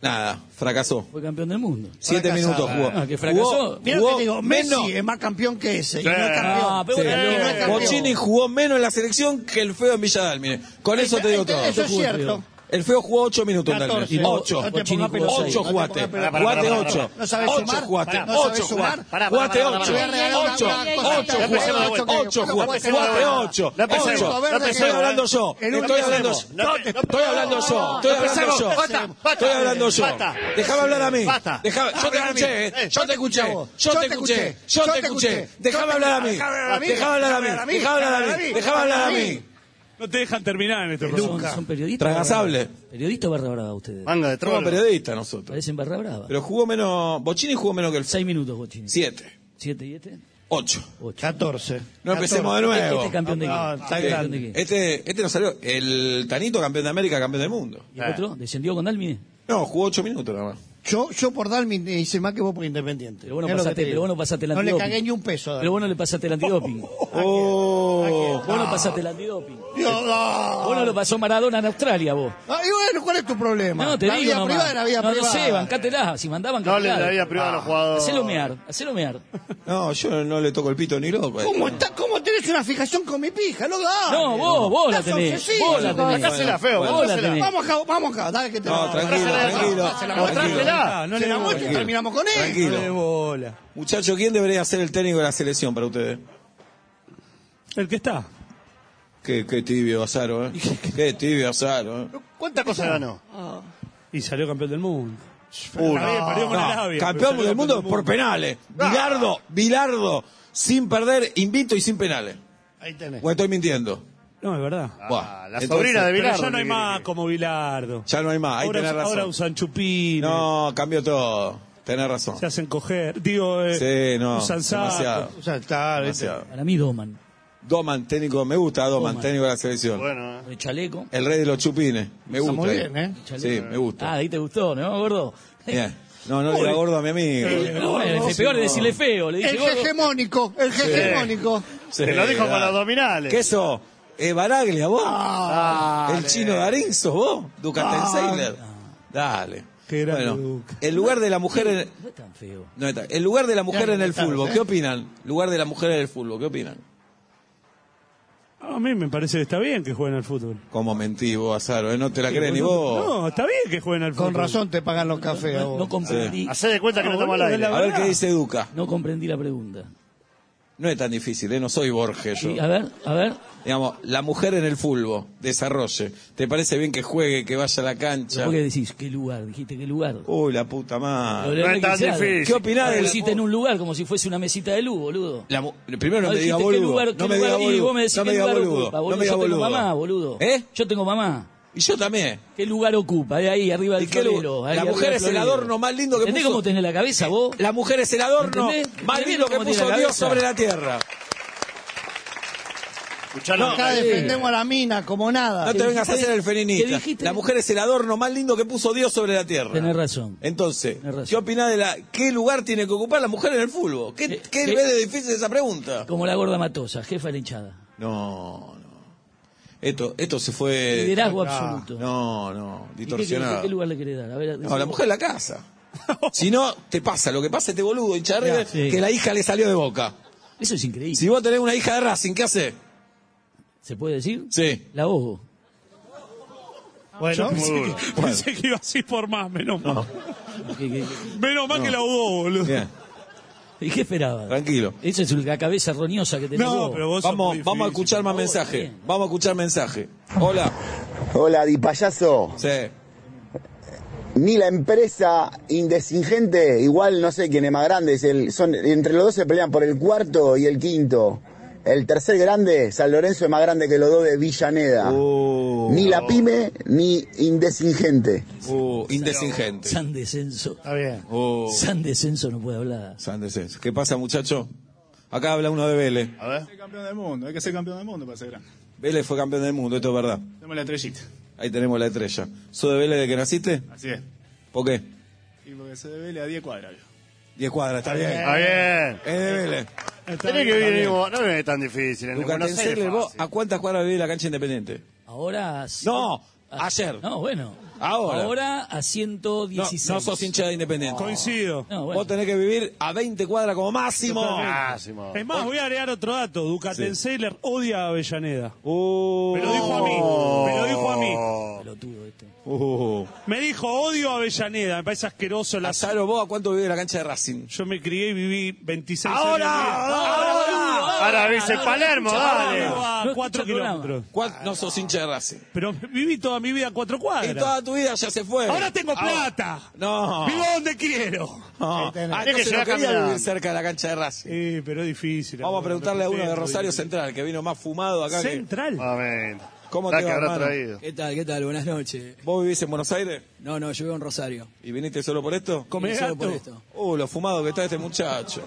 Speaker 2: Nada, fracasó.
Speaker 6: Fue campeón del mundo.
Speaker 2: Siete
Speaker 5: Fracasado.
Speaker 2: minutos jugó.
Speaker 6: Ah, que fracasó.
Speaker 2: Jugó-
Speaker 5: Mira lo
Speaker 2: jugó
Speaker 5: que digo, Messi
Speaker 2: menos.
Speaker 5: es más campeón que ese. Y no
Speaker 4: Sí.
Speaker 5: es campeón.
Speaker 6: Ah, pero
Speaker 2: Sí.
Speaker 6: bueno,
Speaker 5: Y no es
Speaker 2: Eh,
Speaker 5: campeón.
Speaker 2: Bochini jugó menos en la selección que el feo en Villa Dálmine. Con eso te digo
Speaker 5: Este-
Speaker 2: todo.
Speaker 5: Eso es cierto.
Speaker 2: El feo jugó 8 minutos en Dálmine.
Speaker 5: 14.
Speaker 2: 8.
Speaker 5: No te
Speaker 6: Bochini
Speaker 5: pongas
Speaker 6: jugó
Speaker 5: pelotudo.
Speaker 6: seis.
Speaker 2: 8
Speaker 5: No te
Speaker 2: jugaste.
Speaker 5: pongas pelotudo.
Speaker 4: Pará, pará,
Speaker 2: Jugaste
Speaker 4: pará,
Speaker 2: 8.
Speaker 5: ¿No sabes
Speaker 2: 8
Speaker 5: sumar?
Speaker 2: jugaste.
Speaker 5: Pará. ¿No sabes
Speaker 2: 8
Speaker 5: sumar?
Speaker 2: jugaste.
Speaker 4: Pará, pará,
Speaker 2: Jugaste
Speaker 4: pará, pará,
Speaker 2: 8.
Speaker 4: pará,
Speaker 5: pará.
Speaker 2: 8. 8
Speaker 5: Una cosa, una
Speaker 2: jugaste.
Speaker 5: cosa, una cosa,
Speaker 2: 8
Speaker 5: una
Speaker 2: jugaste. Jugaste
Speaker 5: cosa, una cosa.
Speaker 2: 8.
Speaker 4: La empecemos,
Speaker 5: la
Speaker 2: Estoy
Speaker 5: empecemos.
Speaker 2: hablando yo.
Speaker 5: El
Speaker 2: Estoy
Speaker 5: último
Speaker 2: hablando yo.
Speaker 5: empecemos.
Speaker 4: La empe- la
Speaker 2: Estoy hablando yo. Estoy hablando
Speaker 4: empecemos.
Speaker 2: yo.
Speaker 4: Basta, basta.
Speaker 2: Estoy hablando yo.
Speaker 4: Basta.
Speaker 2: Déjame hablar a mí.
Speaker 4: Basta.
Speaker 2: Dejame- Yo te
Speaker 4: Hablar a mí.
Speaker 2: escuché. eh.
Speaker 4: Eh,
Speaker 2: Yo te escuché.
Speaker 5: escuché a vos.
Speaker 2: Yo te escuché. Yo te escuché. Déjame hablar a mí.
Speaker 5: Déjame hablar a mí.
Speaker 2: Déjame hablar a mí. Déjame hablar a mí. Déjame hablar a mí.
Speaker 1: No te dejan terminar en este
Speaker 6: Son,
Speaker 1: programa.
Speaker 6: son periodistas.
Speaker 2: Tragasable.
Speaker 6: barra- Periodistas barra brava ustedes.
Speaker 4: Manga de
Speaker 2: Somos
Speaker 4: trolo.
Speaker 2: periodistas nosotros.
Speaker 6: Parecen barra brava.
Speaker 2: Pero jugó menos. Bochini jugó menos que el
Speaker 6: Seis minutos, Bochini.
Speaker 2: 7,
Speaker 6: Siete y este.
Speaker 2: 8.
Speaker 6: Ocho.
Speaker 5: 14.
Speaker 2: No empecemos de
Speaker 6: Este
Speaker 2: nuevo.
Speaker 6: este es campeón de
Speaker 5: No,
Speaker 6: qué?
Speaker 5: está
Speaker 6: Este es campeón
Speaker 5: grande.
Speaker 6: de qué?
Speaker 2: Este, este no salió. El Tanito, campeón de América, campeón del mundo.
Speaker 6: ¿Y el otro? ¿Descendió con Dalmine?
Speaker 2: No, jugó 8 minutos nada más.
Speaker 5: Yo, yo por Dalmi hice más que vos por Independiente.
Speaker 6: Pero vos no
Speaker 5: Es lo que
Speaker 6: pasaste-
Speaker 5: te digo.
Speaker 6: pero vos no pasaste el
Speaker 5: No le
Speaker 6: antidoping.
Speaker 5: cagué ni un peso. a
Speaker 6: Pero vos no le pasaste el antidoping. Vos
Speaker 2: Oh,
Speaker 6: no pasaste el antidoping.
Speaker 5: Dalmi. Dios, no.
Speaker 6: Vos no lo pasó Maradona en Australia, vos.
Speaker 5: Ah, y bueno, ¿cuál es tu problema?
Speaker 6: No, te
Speaker 5: la
Speaker 6: digo
Speaker 5: vida
Speaker 6: nomás.
Speaker 5: privada era vida
Speaker 6: no,
Speaker 5: privada.
Speaker 6: no sé, bancátela. Si mandaban,
Speaker 4: No le la vida privada a los jugadores.
Speaker 6: Hacelo mear, hacelo mear.
Speaker 2: no, yo no le toco el pito ni loco. eh.
Speaker 5: ¿Cómo, está, ¿Cómo tenés una fijación con mi pija? No,
Speaker 6: No, vos, vos la tenés. Vos la tenés.
Speaker 4: Sacásela, feo,
Speaker 2: Ah,
Speaker 6: Vos la
Speaker 4: sacásela.
Speaker 6: tenés.
Speaker 5: Vamos acá, vamos acá, dale que te
Speaker 2: No,
Speaker 5: la-
Speaker 2: tranquilo,
Speaker 5: Mostrásela,
Speaker 2: tranquilo.
Speaker 5: mostrásela,
Speaker 2: Tranquilo.
Speaker 5: mostrásela.
Speaker 1: No le
Speaker 5: Se la
Speaker 1: damos
Speaker 5: muestra y
Speaker 2: bola.
Speaker 5: terminamos con él.
Speaker 2: Tranquilo.
Speaker 7: De bola.
Speaker 2: Muchachos, ¿quién debería ser el técnico de la selección para ustedes?
Speaker 1: El que está.
Speaker 2: Qué, qué tibio Azaro, ¿eh? Qué tibio Azaro, ¿eh?
Speaker 4: ¿Cuántas cosas ganó?
Speaker 1: Y salió campeón del mundo.
Speaker 4: Una.
Speaker 1: Está bien, perdió con
Speaker 2: No,
Speaker 1: Arabia, pero
Speaker 2: campeón
Speaker 1: salió
Speaker 2: del mundo por penales. Bilardo, Bilardo, sin perder, invicto y sin penales.
Speaker 5: Ahí tenés.
Speaker 2: ¿O estoy mintiendo?
Speaker 1: No, es verdad.
Speaker 10: Ah,
Speaker 2: Buah,
Speaker 4: Ah, la
Speaker 2: entonces-
Speaker 4: sobrina de
Speaker 1: Pero
Speaker 4: Bilardo.
Speaker 1: ya no hay más como Bilardo.
Speaker 2: Ya no hay más, ahí
Speaker 1: ahora,
Speaker 2: tenés razón.
Speaker 1: ahora usan chupines,
Speaker 4: Eh,
Speaker 2: No, cambió todo. Tenés razón.
Speaker 1: se hacen coger. Digo, eh,
Speaker 2: Sí, no.
Speaker 1: usan
Speaker 2: Demasiado.
Speaker 1: sacos.
Speaker 5: O sea, está,
Speaker 2: demasiado.
Speaker 6: Para mí, Doman.
Speaker 2: Doman, técnico, me gusta Doman,
Speaker 6: Doman.
Speaker 2: técnico de la selección.
Speaker 4: Bueno, eh.
Speaker 6: El chaleco.
Speaker 2: El rey de los chupines. Me gusta.
Speaker 5: muy bien, ¿eh?
Speaker 2: Sí, me gusta.
Speaker 6: Ah, ahí te gustó, ¿no, gordo?
Speaker 2: Bien. No, no le diga gordo a mi amigo.
Speaker 5: Eh,
Speaker 6: No, [LAUGHS] bueno, el peor es decirle feo. Le dice
Speaker 5: El
Speaker 6: gordo.
Speaker 5: hegemónico, el hegemónico.
Speaker 2: Sí,
Speaker 4: Te lo dijo con
Speaker 2: dale.
Speaker 4: los abdominales.
Speaker 2: Queso, eh, Baraglia, vos. el
Speaker 4: Ah, Dale. Ah.
Speaker 2: chino Darín, sos vos. Ducatenseiler. Dale.
Speaker 1: Qué grande,
Speaker 2: Bueno,
Speaker 1: Duca.
Speaker 2: el lugar de la mujer en,
Speaker 6: No es tan feo.
Speaker 2: no está. el lugar de la mujer
Speaker 5: Ya,
Speaker 2: en el
Speaker 5: estamos,
Speaker 2: fútbol,
Speaker 5: ¿eh?
Speaker 2: ¿qué opinan? Lugar de la mujer en el fútbol, ¿qué opinan?
Speaker 1: A mí me parece que está bien que jueguen al fútbol.
Speaker 2: Como mentí vos, Azaro, ¿eh? no te la crees ni vos.
Speaker 1: No, está bien que jueguen al fútbol.
Speaker 5: Con razón te pagan los cafés. a
Speaker 6: No,
Speaker 5: vos.
Speaker 6: no comprendí,
Speaker 4: Hacé de cuenta que no estamos al aire.
Speaker 2: A ver qué dice Duca.
Speaker 6: no comprendí la pregunta.
Speaker 2: No es tan difícil, ¿eh? no soy Borges yo.
Speaker 6: Y, a ver, a ver.
Speaker 2: Digamos, la mujer en el fulbo, desarrolle. ¿Te parece bien que juegue, que vaya a la cancha?
Speaker 6: ¿Por qué decís qué lugar? Dijiste qué lugar.
Speaker 2: Uy, la puta madre.
Speaker 6: Lo
Speaker 4: No es tan
Speaker 6: que sea.
Speaker 4: difícil.
Speaker 2: ¿Qué opinás
Speaker 6: Lo
Speaker 2: de la
Speaker 6: hiciste en un lugar como si fuese una mesita de luz, boludo.
Speaker 2: La mu- primero no,
Speaker 6: No
Speaker 2: me diga
Speaker 6: dijiste qué
Speaker 2: boludo.
Speaker 6: lugar, qué
Speaker 2: no me
Speaker 6: lugar,
Speaker 2: diga
Speaker 6: y
Speaker 2: boludo.
Speaker 6: vos me decís
Speaker 2: no
Speaker 6: qué
Speaker 2: me diga
Speaker 6: lugar
Speaker 2: boludo.
Speaker 6: ocupa,
Speaker 2: no
Speaker 6: boludo.
Speaker 2: me diga
Speaker 6: Yo tengo
Speaker 2: boludo.
Speaker 6: mamá, boludo.
Speaker 2: ¿Eh?
Speaker 6: Yo tengo mamá.
Speaker 2: Y yo también.
Speaker 6: ¿Qué lugar ocupa? De ahí, arriba del
Speaker 2: ¿Y qué lu-
Speaker 6: florero. ahí
Speaker 2: la
Speaker 6: arriba
Speaker 2: mujer
Speaker 6: del
Speaker 2: es el
Speaker 6: florero.
Speaker 2: adorno más lindo que
Speaker 6: ¿Entendés
Speaker 2: puso-
Speaker 6: cómo tenés la cabeza vos?
Speaker 2: La mujer es el adorno
Speaker 6: ¿Entendés?
Speaker 2: más
Speaker 6: ¿Entendés
Speaker 2: lindo que
Speaker 6: cómo tiene
Speaker 2: puso
Speaker 6: la
Speaker 2: Dios
Speaker 6: cabeza?
Speaker 2: sobre la tierra.
Speaker 4: Escuchá la
Speaker 5: Acá
Speaker 4: nota.
Speaker 5: defendemos a la mina como nada.
Speaker 2: No te vengas a hacer el
Speaker 6: Ah, ¿Qué
Speaker 2: feninista.
Speaker 6: dijiste?
Speaker 2: La mujer es el adorno más lindo que puso Dios sobre la tierra.
Speaker 6: Tenés razón.
Speaker 2: Entonces,
Speaker 6: Tenés razón.
Speaker 2: ¿qué opinás de la qué lugar tiene que ocupar la mujer en el fútbol? ¿Qué,
Speaker 6: Eh,
Speaker 2: qué
Speaker 6: ¿qué?
Speaker 2: ves de difícil esa pregunta?
Speaker 6: Como la gorda matosa, jefa de la hinchada.
Speaker 2: No, no. Esto, esto se fue.
Speaker 6: Liderazgo absoluto.
Speaker 2: Eh, No, no,
Speaker 6: ¿Y qué querés-
Speaker 2: distorsionado.
Speaker 6: ¿Qué lugar le querés dar? A ver,
Speaker 2: No, la mujer de la casa.
Speaker 6: [LAUGHS]
Speaker 2: Si no, te pasa lo que pasa a este boludo, hincha de
Speaker 6: Ya,
Speaker 2: River,
Speaker 6: sí.
Speaker 2: que la hija le salió de boca.
Speaker 6: Eso es increíble.
Speaker 2: Si vos tenés una hija de Racing, ¿qué hace?
Speaker 6: ¿Se puede decir?
Speaker 2: Sí.
Speaker 6: La ojo.
Speaker 1: Yo
Speaker 5: Bueno,
Speaker 1: pensé,
Speaker 4: duro.
Speaker 1: que, pensé que iba así por más, menos mal.
Speaker 6: ¿Qué- qué-
Speaker 1: Menos mal que la ahogó, boludo.
Speaker 2: Bien,
Speaker 6: ¿Y qué esperaba?
Speaker 2: tranquilo.
Speaker 6: Esa es la cabeza roñosa que tenés
Speaker 1: No,
Speaker 6: vos.
Speaker 1: pero vos sos
Speaker 2: Vamos,
Speaker 1: muy
Speaker 2: vamos a
Speaker 1: difícil.
Speaker 2: escuchar más mensajes.
Speaker 6: bien.
Speaker 2: Vamos a escuchar mensaje. Hola.
Speaker 8: Hola, Di Payaso.
Speaker 2: Sí.
Speaker 8: Ni la empresa Indesingente, igual no sé quién es más grande, es el, son, entre los dos se pelean por el cuarto y el quinto. El tercer grande, San Lorenzo, es más grande que los dos de Villaneda. ni la pyme, ni Indesingente.
Speaker 2: Uh, indesingente.
Speaker 6: San descenso.
Speaker 5: está bien.
Speaker 2: Uh,
Speaker 6: San descenso no puede hablar.
Speaker 2: San Descenso. ¿Qué pasa, muchacho? Acá habla uno de Vélez.
Speaker 4: A ver.
Speaker 11: campeón del mundo, hay que ser campeón del mundo para ser grande.
Speaker 2: Vélez fue campeón del mundo, esto es verdad.
Speaker 11: Dame la estrellita.
Speaker 2: Ahí tenemos la estrella. ¿Sos de Vélez de que naciste?
Speaker 11: Así es.
Speaker 2: ¿Por qué?
Speaker 11: Y porque se debe a 10 cuadras. yo.
Speaker 2: 10 cuadras, está bien.
Speaker 10: Eh,
Speaker 4: Está bien.
Speaker 2: Es de Vélez.
Speaker 4: Tenés que vivir en Buenos- No es tan difícil. En
Speaker 2: Lucas,
Speaker 4: Buenos Aires
Speaker 2: Tenserle,
Speaker 4: es
Speaker 2: vos,
Speaker 4: fácil.
Speaker 2: ¿a cuántas cuadras vivís la cancha independiente?
Speaker 6: Ahora. a-
Speaker 2: No,
Speaker 6: a-
Speaker 2: ayer.
Speaker 6: No, bueno.
Speaker 2: Ahora.
Speaker 6: Ahora a
Speaker 2: No,
Speaker 6: 116.
Speaker 2: no sos hincha de independiente.
Speaker 1: Coincido.
Speaker 6: No, bueno.
Speaker 2: Vos tenés que vivir a 20 cuadras como máximo.
Speaker 6: Ah,
Speaker 4: Máximo.
Speaker 1: Es más, voy a agregar otro dato. Ducatenseller odia a Avellaneda.
Speaker 2: Uh,
Speaker 1: Me lo dijo a mí. Me lo dijo a mí.
Speaker 6: Pelotudo este.
Speaker 2: uh.
Speaker 1: Me dijo, odio a Avellaneda. Me parece asqueroso la
Speaker 2: Lazaro, ¿vos a cuánto vivís la cancha de Racing? Ah,
Speaker 1: Yo me crié y viví 26 años.
Speaker 2: ¡Ahora! ¡Ahora!
Speaker 4: Ahora dice Palermo, dale.
Speaker 1: Ahora a
Speaker 6: No escucha
Speaker 1: 4
Speaker 6: el programa.
Speaker 1: kilómetros.
Speaker 2: ¿Cuán- No sos hincha de Racing.
Speaker 1: Pero viví toda mi vida a cuatro
Speaker 2: Y
Speaker 1: cuadras.
Speaker 2: toda tu vida ya se fue.
Speaker 1: Ahora tengo plata.
Speaker 2: No.
Speaker 1: Vivo donde quiero.
Speaker 2: No. Ah,
Speaker 4: Tenés que
Speaker 2: entonces no
Speaker 4: llegar
Speaker 2: quería
Speaker 4: caminando.
Speaker 2: vivir cerca de la cancha de Racing.
Speaker 1: Eh, pero es difícil.
Speaker 2: Vamos a
Speaker 1: hermano,
Speaker 2: preguntarle a uno de
Speaker 1: centro,
Speaker 2: Rosario
Speaker 1: difícil.
Speaker 2: Central, que vino más fumado acá. que-
Speaker 1: Central.
Speaker 4: Amén.
Speaker 2: ¿Cómo
Speaker 4: La
Speaker 2: te
Speaker 4: que
Speaker 2: va,
Speaker 4: habrá
Speaker 2: hermano?
Speaker 4: traído.
Speaker 6: Eh,
Speaker 12: ¿Qué tal? ¿Qué tal? Buenas noches.
Speaker 2: ¿Vos vivís en Buenos Aires?
Speaker 12: No, no, yo vivo en Rosario.
Speaker 2: ¿Y viniste solo por esto?
Speaker 1: Come
Speaker 12: Solo por
Speaker 1: gato.
Speaker 12: esto.
Speaker 2: Uh, lo fumado que está este muchacho.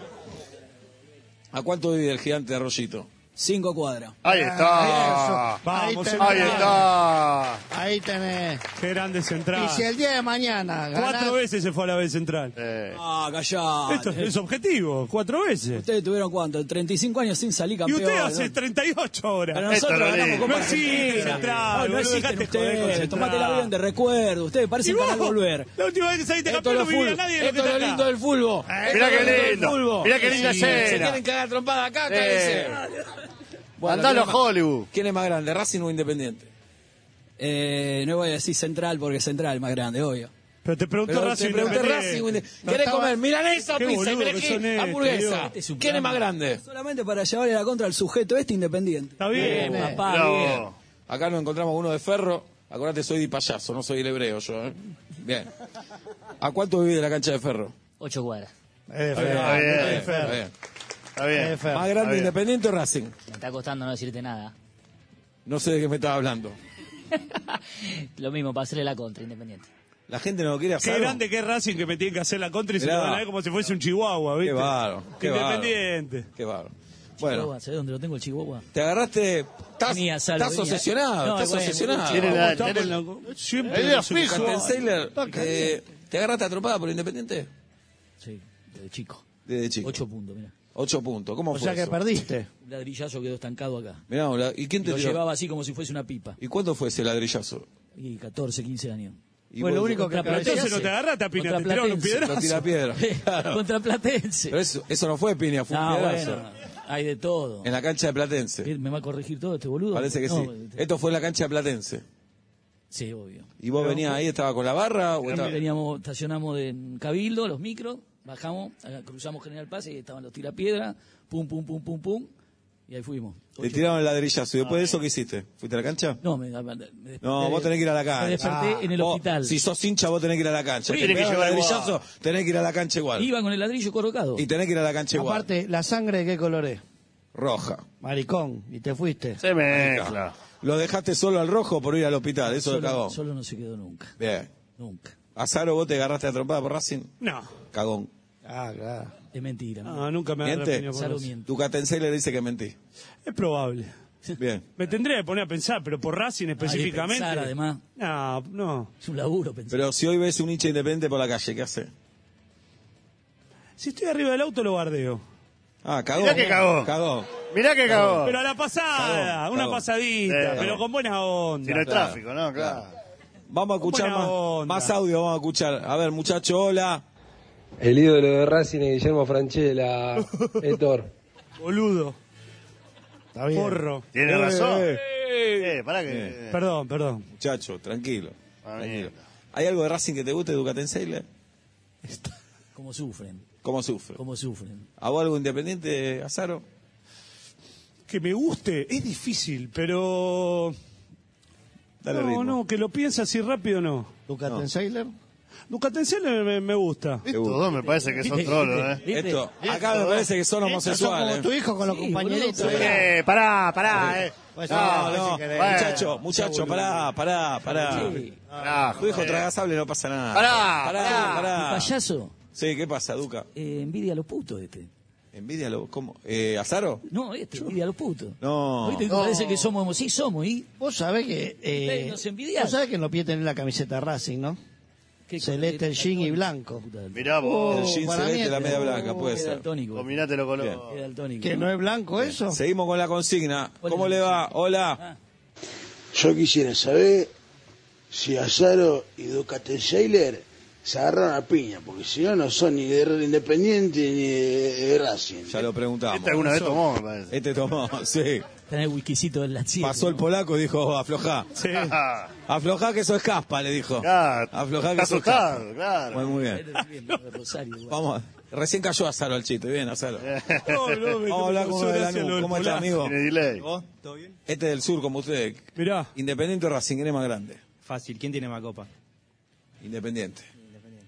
Speaker 2: ¿A cuánto vive el gigante de Arroyito?
Speaker 12: Cinco cuadras.
Speaker 4: Ahí está.
Speaker 5: Ahí
Speaker 1: Vamos,
Speaker 5: tenés.
Speaker 4: Ahí está.
Speaker 5: Ahí tenés.
Speaker 1: Qué grande
Speaker 5: Y
Speaker 1: Central.
Speaker 5: si el día de mañana
Speaker 1: Ah. Cuatro
Speaker 5: ganás,
Speaker 1: veces se fue a la vez Central.
Speaker 4: Eh,
Speaker 12: Ah, callá.
Speaker 1: Esto es objetivo. Cuatro veces.
Speaker 12: Ustedes tuvieron cuánto? 35 años sin salir
Speaker 1: Y
Speaker 12: campeón.
Speaker 1: usted hace
Speaker 12: ¿no?
Speaker 1: 38
Speaker 12: Pero
Speaker 1: ahora.
Speaker 12: nosotros
Speaker 4: Esto no
Speaker 12: ganamos
Speaker 4: es.
Speaker 12: Copa
Speaker 1: No existe
Speaker 12: Argentina.
Speaker 1: Central,
Speaker 12: No, no
Speaker 1: boludo,
Speaker 12: existen
Speaker 1: dejate joder con
Speaker 12: ustedes.
Speaker 1: Central.
Speaker 12: Tomate el avión de recuerdo. Ustedes
Speaker 1: Y
Speaker 12: parecen que
Speaker 1: vos,
Speaker 12: van a volver.
Speaker 1: La última vez que saliste
Speaker 2: Esto
Speaker 1: campeón
Speaker 2: es
Speaker 1: no
Speaker 2: lo,
Speaker 1: vivía
Speaker 2: full.
Speaker 1: nadie de lo que
Speaker 2: Esto es
Speaker 1: está
Speaker 2: lo
Speaker 1: acá.
Speaker 2: lindo del fútbol.
Speaker 10: Ah. Eh,
Speaker 2: Esto
Speaker 4: mirá
Speaker 2: es lo
Speaker 4: qué
Speaker 2: del
Speaker 4: lindo.
Speaker 2: fútbol.
Speaker 4: Mirá qué linda
Speaker 2: Sí,
Speaker 4: escena.
Speaker 2: Se quieren cagar trompada acá,
Speaker 4: Eh.
Speaker 2: cáguense. Bueno,
Speaker 4: Andalo
Speaker 2: ¿quién es
Speaker 4: a
Speaker 2: más-
Speaker 4: Hollywood.
Speaker 2: ¿Quién es más grande, Racing o Independiente?
Speaker 12: Eh, no voy a decir central porque central es más grande, obvio.
Speaker 1: Pero te preguntó
Speaker 2: Pero te
Speaker 1: Racing.
Speaker 2: pregunté
Speaker 1: Independiente.
Speaker 2: Racing o Independiente. ¿Querés
Speaker 5: estaba-
Speaker 2: comer milanesa,
Speaker 1: Qué
Speaker 2: pizza,
Speaker 1: boludo que son
Speaker 2: perejil,
Speaker 1: este,
Speaker 2: hamburguesa?
Speaker 1: Dios.
Speaker 12: es un
Speaker 2: ¿Quién es más grande?
Speaker 12: Solamente para llevarle la contra al sujeto este independiente.
Speaker 1: Está bien.
Speaker 12: Eh, papá, bien.
Speaker 4: bravo.
Speaker 2: Acá nos encontramos uno de ferro. Acordate, soy de payaso, no soy el hebreo yo. ¿eh? Bien. ¿A cuánto vive de la cancha de ferro?
Speaker 6: Ocho cuadras.
Speaker 5: Eh, Fer,
Speaker 4: Está bien,
Speaker 5: eh,
Speaker 4: está
Speaker 5: Fer,
Speaker 2: bien.
Speaker 4: Está bien.
Speaker 5: eh, Fer.
Speaker 2: ¿Más grande
Speaker 4: Está bien.
Speaker 2: Independiente o Racing?
Speaker 6: Me está costando no decirte nada.
Speaker 2: No sé de qué me estaba hablando.
Speaker 6: Lo mismo, para hacerle la contra, independiente.
Speaker 2: La gente no quiere hacer.
Speaker 1: Qué grande que es Racing que me tienen que hacer la contra y se
Speaker 2: Mirá.
Speaker 1: lo van a ver como si fuese un chihuahua, ¿viste?
Speaker 2: Qué bárbaro, qué bárbaro.
Speaker 1: Independiente.
Speaker 2: Qué bárbaro. Bueno,
Speaker 6: ¿Sabés dónde lo tengo el Chihuahua?
Speaker 2: te agarraste. Estás,
Speaker 6: Venía, Salo,
Speaker 2: estás
Speaker 6: venía.
Speaker 2: obsesionado,
Speaker 6: No,
Speaker 2: estás
Speaker 6: bueno,
Speaker 2: obsesionado.
Speaker 4: Tiene
Speaker 1: ¿Cómo
Speaker 4: la-
Speaker 1: está
Speaker 4: tiene-
Speaker 1: con la- Siempre
Speaker 4: Es
Speaker 1: con
Speaker 4: de
Speaker 1: su-
Speaker 4: fijo.
Speaker 2: Captain Sailor, eh, ¿te agarraste atropada por Independiente?
Speaker 6: Sí, desde chico.
Speaker 2: Desde chico.
Speaker 6: Ocho puntos, mira.
Speaker 2: Ocho puntos. ¿Cómo
Speaker 5: O
Speaker 2: fue?
Speaker 5: sea que
Speaker 2: eso?
Speaker 5: perdiste.
Speaker 6: Un ladrillazo quedó estancado acá.
Speaker 2: Mirá, hola, ¿y quién
Speaker 6: Y
Speaker 2: te
Speaker 6: lo
Speaker 2: tiró?
Speaker 6: llevaba así como si fuese una pipa.
Speaker 2: ¿Y cuándo fue ese ladrillazo?
Speaker 6: Y 14, 15 años.
Speaker 2: Y
Speaker 5: Fue lo
Speaker 2: vos-
Speaker 5: único que
Speaker 6: Contra
Speaker 1: Pero entonces no te agarraste a Pina, te tiraron un
Speaker 6: Platense.
Speaker 1: piedrazo.
Speaker 2: Lo tira piedra.
Speaker 6: [LAUGHS]
Speaker 2: Claro.
Speaker 6: Contra Platense.
Speaker 2: Pero eso, eso no fue piña, fue un
Speaker 6: No,
Speaker 2: piedrazo.
Speaker 6: bueno, hay de todo.
Speaker 2: En la cancha de Platense.
Speaker 6: ¿Qué, ¿Me va a corregir todo este boludo?
Speaker 2: Parece que
Speaker 6: No,
Speaker 2: sí.
Speaker 6: eh,
Speaker 2: Esto fue en la cancha de Platense.
Speaker 6: Sí, obvio.
Speaker 2: ¿Y vos venías ahí, estaba con la barra? O estaba-
Speaker 6: Veníamos, estacionamos de Cabildo, los micros, Bajamos, eh, cruzamos General Paz y estaban los tirapiedras, pum, pum, pum, pum, pum, y ahí fuimos.
Speaker 2: Te tiraron el ladrillazo. ¿Y después de eso qué hiciste? ¿Fuiste a la cancha?
Speaker 6: Ah, No, me, me desperté-
Speaker 2: No, vos tenés que ir a la cancha.
Speaker 6: Me desperté en el
Speaker 2: Ah, Vos,
Speaker 6: hospital.
Speaker 2: Si sos hincha, vos tenés que ir a la cancha.
Speaker 6: Sí,
Speaker 2: Te
Speaker 6: tenés que
Speaker 2: pegaron
Speaker 6: llevar
Speaker 2: el
Speaker 6: el
Speaker 2: ladrillazo, tenés que ir a la cancha igual.
Speaker 6: Iba con el ladrillo colocado.
Speaker 2: Y tenés que ir a la cancha igual.
Speaker 5: Aparte, ¿la sangre de qué color es?
Speaker 2: Roja.
Speaker 5: Maricón, y te fuiste.
Speaker 2: Se mezcla. Lo dejaste solo al rojo por ir al hospital, eso
Speaker 6: solo,
Speaker 2: lo cagó.
Speaker 6: solo no se quedó nunca.
Speaker 2: Bien.
Speaker 6: Nunca.
Speaker 2: Azaro, vos te agarraste a trompada por Racing.
Speaker 1: No.
Speaker 2: Cagón.
Speaker 5: Ah, claro.
Speaker 6: Es mentira.
Speaker 1: No, nunca me agarré
Speaker 2: ¿Miente?
Speaker 1: piña por Racing.
Speaker 2: Tu Catenseis le dice que
Speaker 6: [LAUGHS]
Speaker 2: mentí.
Speaker 1: Es probable.
Speaker 2: Bien.
Speaker 1: Me tendría que poner a pensar, pero por Racing específicamente.
Speaker 6: pensar, además.
Speaker 1: No, no.
Speaker 6: Es un laburo pensar.
Speaker 2: Pero si hoy ves un hincha independiente por la calle, ¿qué hace?
Speaker 1: Si estoy arriba del auto, lo bardeo.
Speaker 2: Ah, cagó.
Speaker 1: Mirá que cagó.
Speaker 2: Cagó.
Speaker 1: Mirá
Speaker 2: que cagó.
Speaker 1: Pero a la pasada,
Speaker 2: Cagó,
Speaker 1: una
Speaker 2: cagó.
Speaker 1: pasadita,
Speaker 2: Sí.
Speaker 1: pero con buena onda.
Speaker 2: Si no hay tráfico,
Speaker 1: ¿no? Claro.
Speaker 2: Vamos a escuchar
Speaker 1: Buena
Speaker 2: más,
Speaker 1: onda.
Speaker 2: más audio, vamos a escuchar. A ver, muchacho, hola.
Speaker 13: El ídolo de Racing es Guillermo
Speaker 5: [LAUGHS]
Speaker 13: Franchella, Héctor.
Speaker 1: Boludo.
Speaker 5: Está
Speaker 1: bien. Porro.
Speaker 10: Tiene
Speaker 2: Eh,
Speaker 10: razón.
Speaker 2: eh.
Speaker 10: Eh, pará que.
Speaker 2: Eh.
Speaker 1: Perdón, perdón.
Speaker 2: Muchacho, tranquilo. tranquilo. ¿Hay algo de Racing que te guste de Ducatenseile?
Speaker 6: Como sufren,
Speaker 2: ¿Cómo sufre?
Speaker 6: como sufren.
Speaker 2: ¿A vos algo independiente, Azaro?
Speaker 1: Que me guste, es difícil, pero.
Speaker 2: Dale
Speaker 1: no,
Speaker 2: ritmo.
Speaker 1: no, que lo piensa así rápido, no.
Speaker 5: ¿Ducatenseiler?
Speaker 1: Ducatenseiler me, me gusta.
Speaker 10: Estos dos me parece que son
Speaker 2: [LAUGHS]
Speaker 10: trolos, ¿eh?
Speaker 2: Esto, acá me parece que son homosexuales.
Speaker 5: con los compañeritos.
Speaker 10: Eh, pará, pará, eh.
Speaker 2: Pues No, no,
Speaker 10: si querés.
Speaker 2: muchacho, muchacho, pará, pará, pará. Tu hijo traga sable, no pasa nada.
Speaker 6: Pará,
Speaker 2: pará,
Speaker 6: pará.
Speaker 2: pará.
Speaker 6: ¿Y payaso?
Speaker 2: Sí, ¿qué pasa, Duca?
Speaker 6: Eh, envidia a los putos este.
Speaker 2: Envidia lo... ¿Cómo? Eh, ¿Azaro?
Speaker 6: No, este, envidia a los putos.
Speaker 2: No.
Speaker 6: Oíste que Parece que somos homo- sí somos, ¿y?
Speaker 5: Vos sabés que... Eh,
Speaker 6: Ustedes nos envidian.
Speaker 5: Vos sabés que en los pies tenés la camiseta Racing, ¿no? Celeste, el jean y blanco.
Speaker 10: Mirá vos.
Speaker 2: El jean
Speaker 5: para
Speaker 2: celeste,
Speaker 5: mí
Speaker 2: Este la
Speaker 5: es-
Speaker 2: media blanca, puede
Speaker 6: Uh,
Speaker 2: ser.
Speaker 6: este.
Speaker 10: Combinátelo con los.
Speaker 5: Que no es blanco eso.
Speaker 2: Seguimos con la consigna. ¿Cómo le va? Hola.
Speaker 8: Yo quisiera saber si Azaro y Ducaten Seiler se agarraron a piña, porque si no, no son ni de Independiente ni de, de Racing.
Speaker 2: Ya lo preguntamos.
Speaker 8: Este alguna vez tomó, me
Speaker 10: parece.
Speaker 2: Este tomó, [LAUGHS] sí.
Speaker 6: Tenés el whiskycito en la silla. [LAUGHS]
Speaker 2: Pasó el polaco y dijo, aflojá.
Speaker 1: [LAUGHS]
Speaker 10: Ah,
Speaker 2: Aflojá que sos caspa, le dijo. Aflojá que
Speaker 6: está
Speaker 2: sos
Speaker 6: asustado,
Speaker 2: caspa.
Speaker 6: claro.
Speaker 2: Muy, muy bien. Vamos, recién cayó Azaro al chiste. Bien, Azaro.
Speaker 10: Eh,
Speaker 1: [LAUGHS]
Speaker 2: Vamos a hablar con uno de Lanús. ¿Cómo está, amigo?
Speaker 14: ¿Vos? ¿Todo bien?
Speaker 2: Este del sur, como usted.
Speaker 1: Mirá.
Speaker 2: Independiente o Racing, ¿quién es más grande?
Speaker 14: Fácil. ¿Quién tiene más copa?
Speaker 2: Independiente.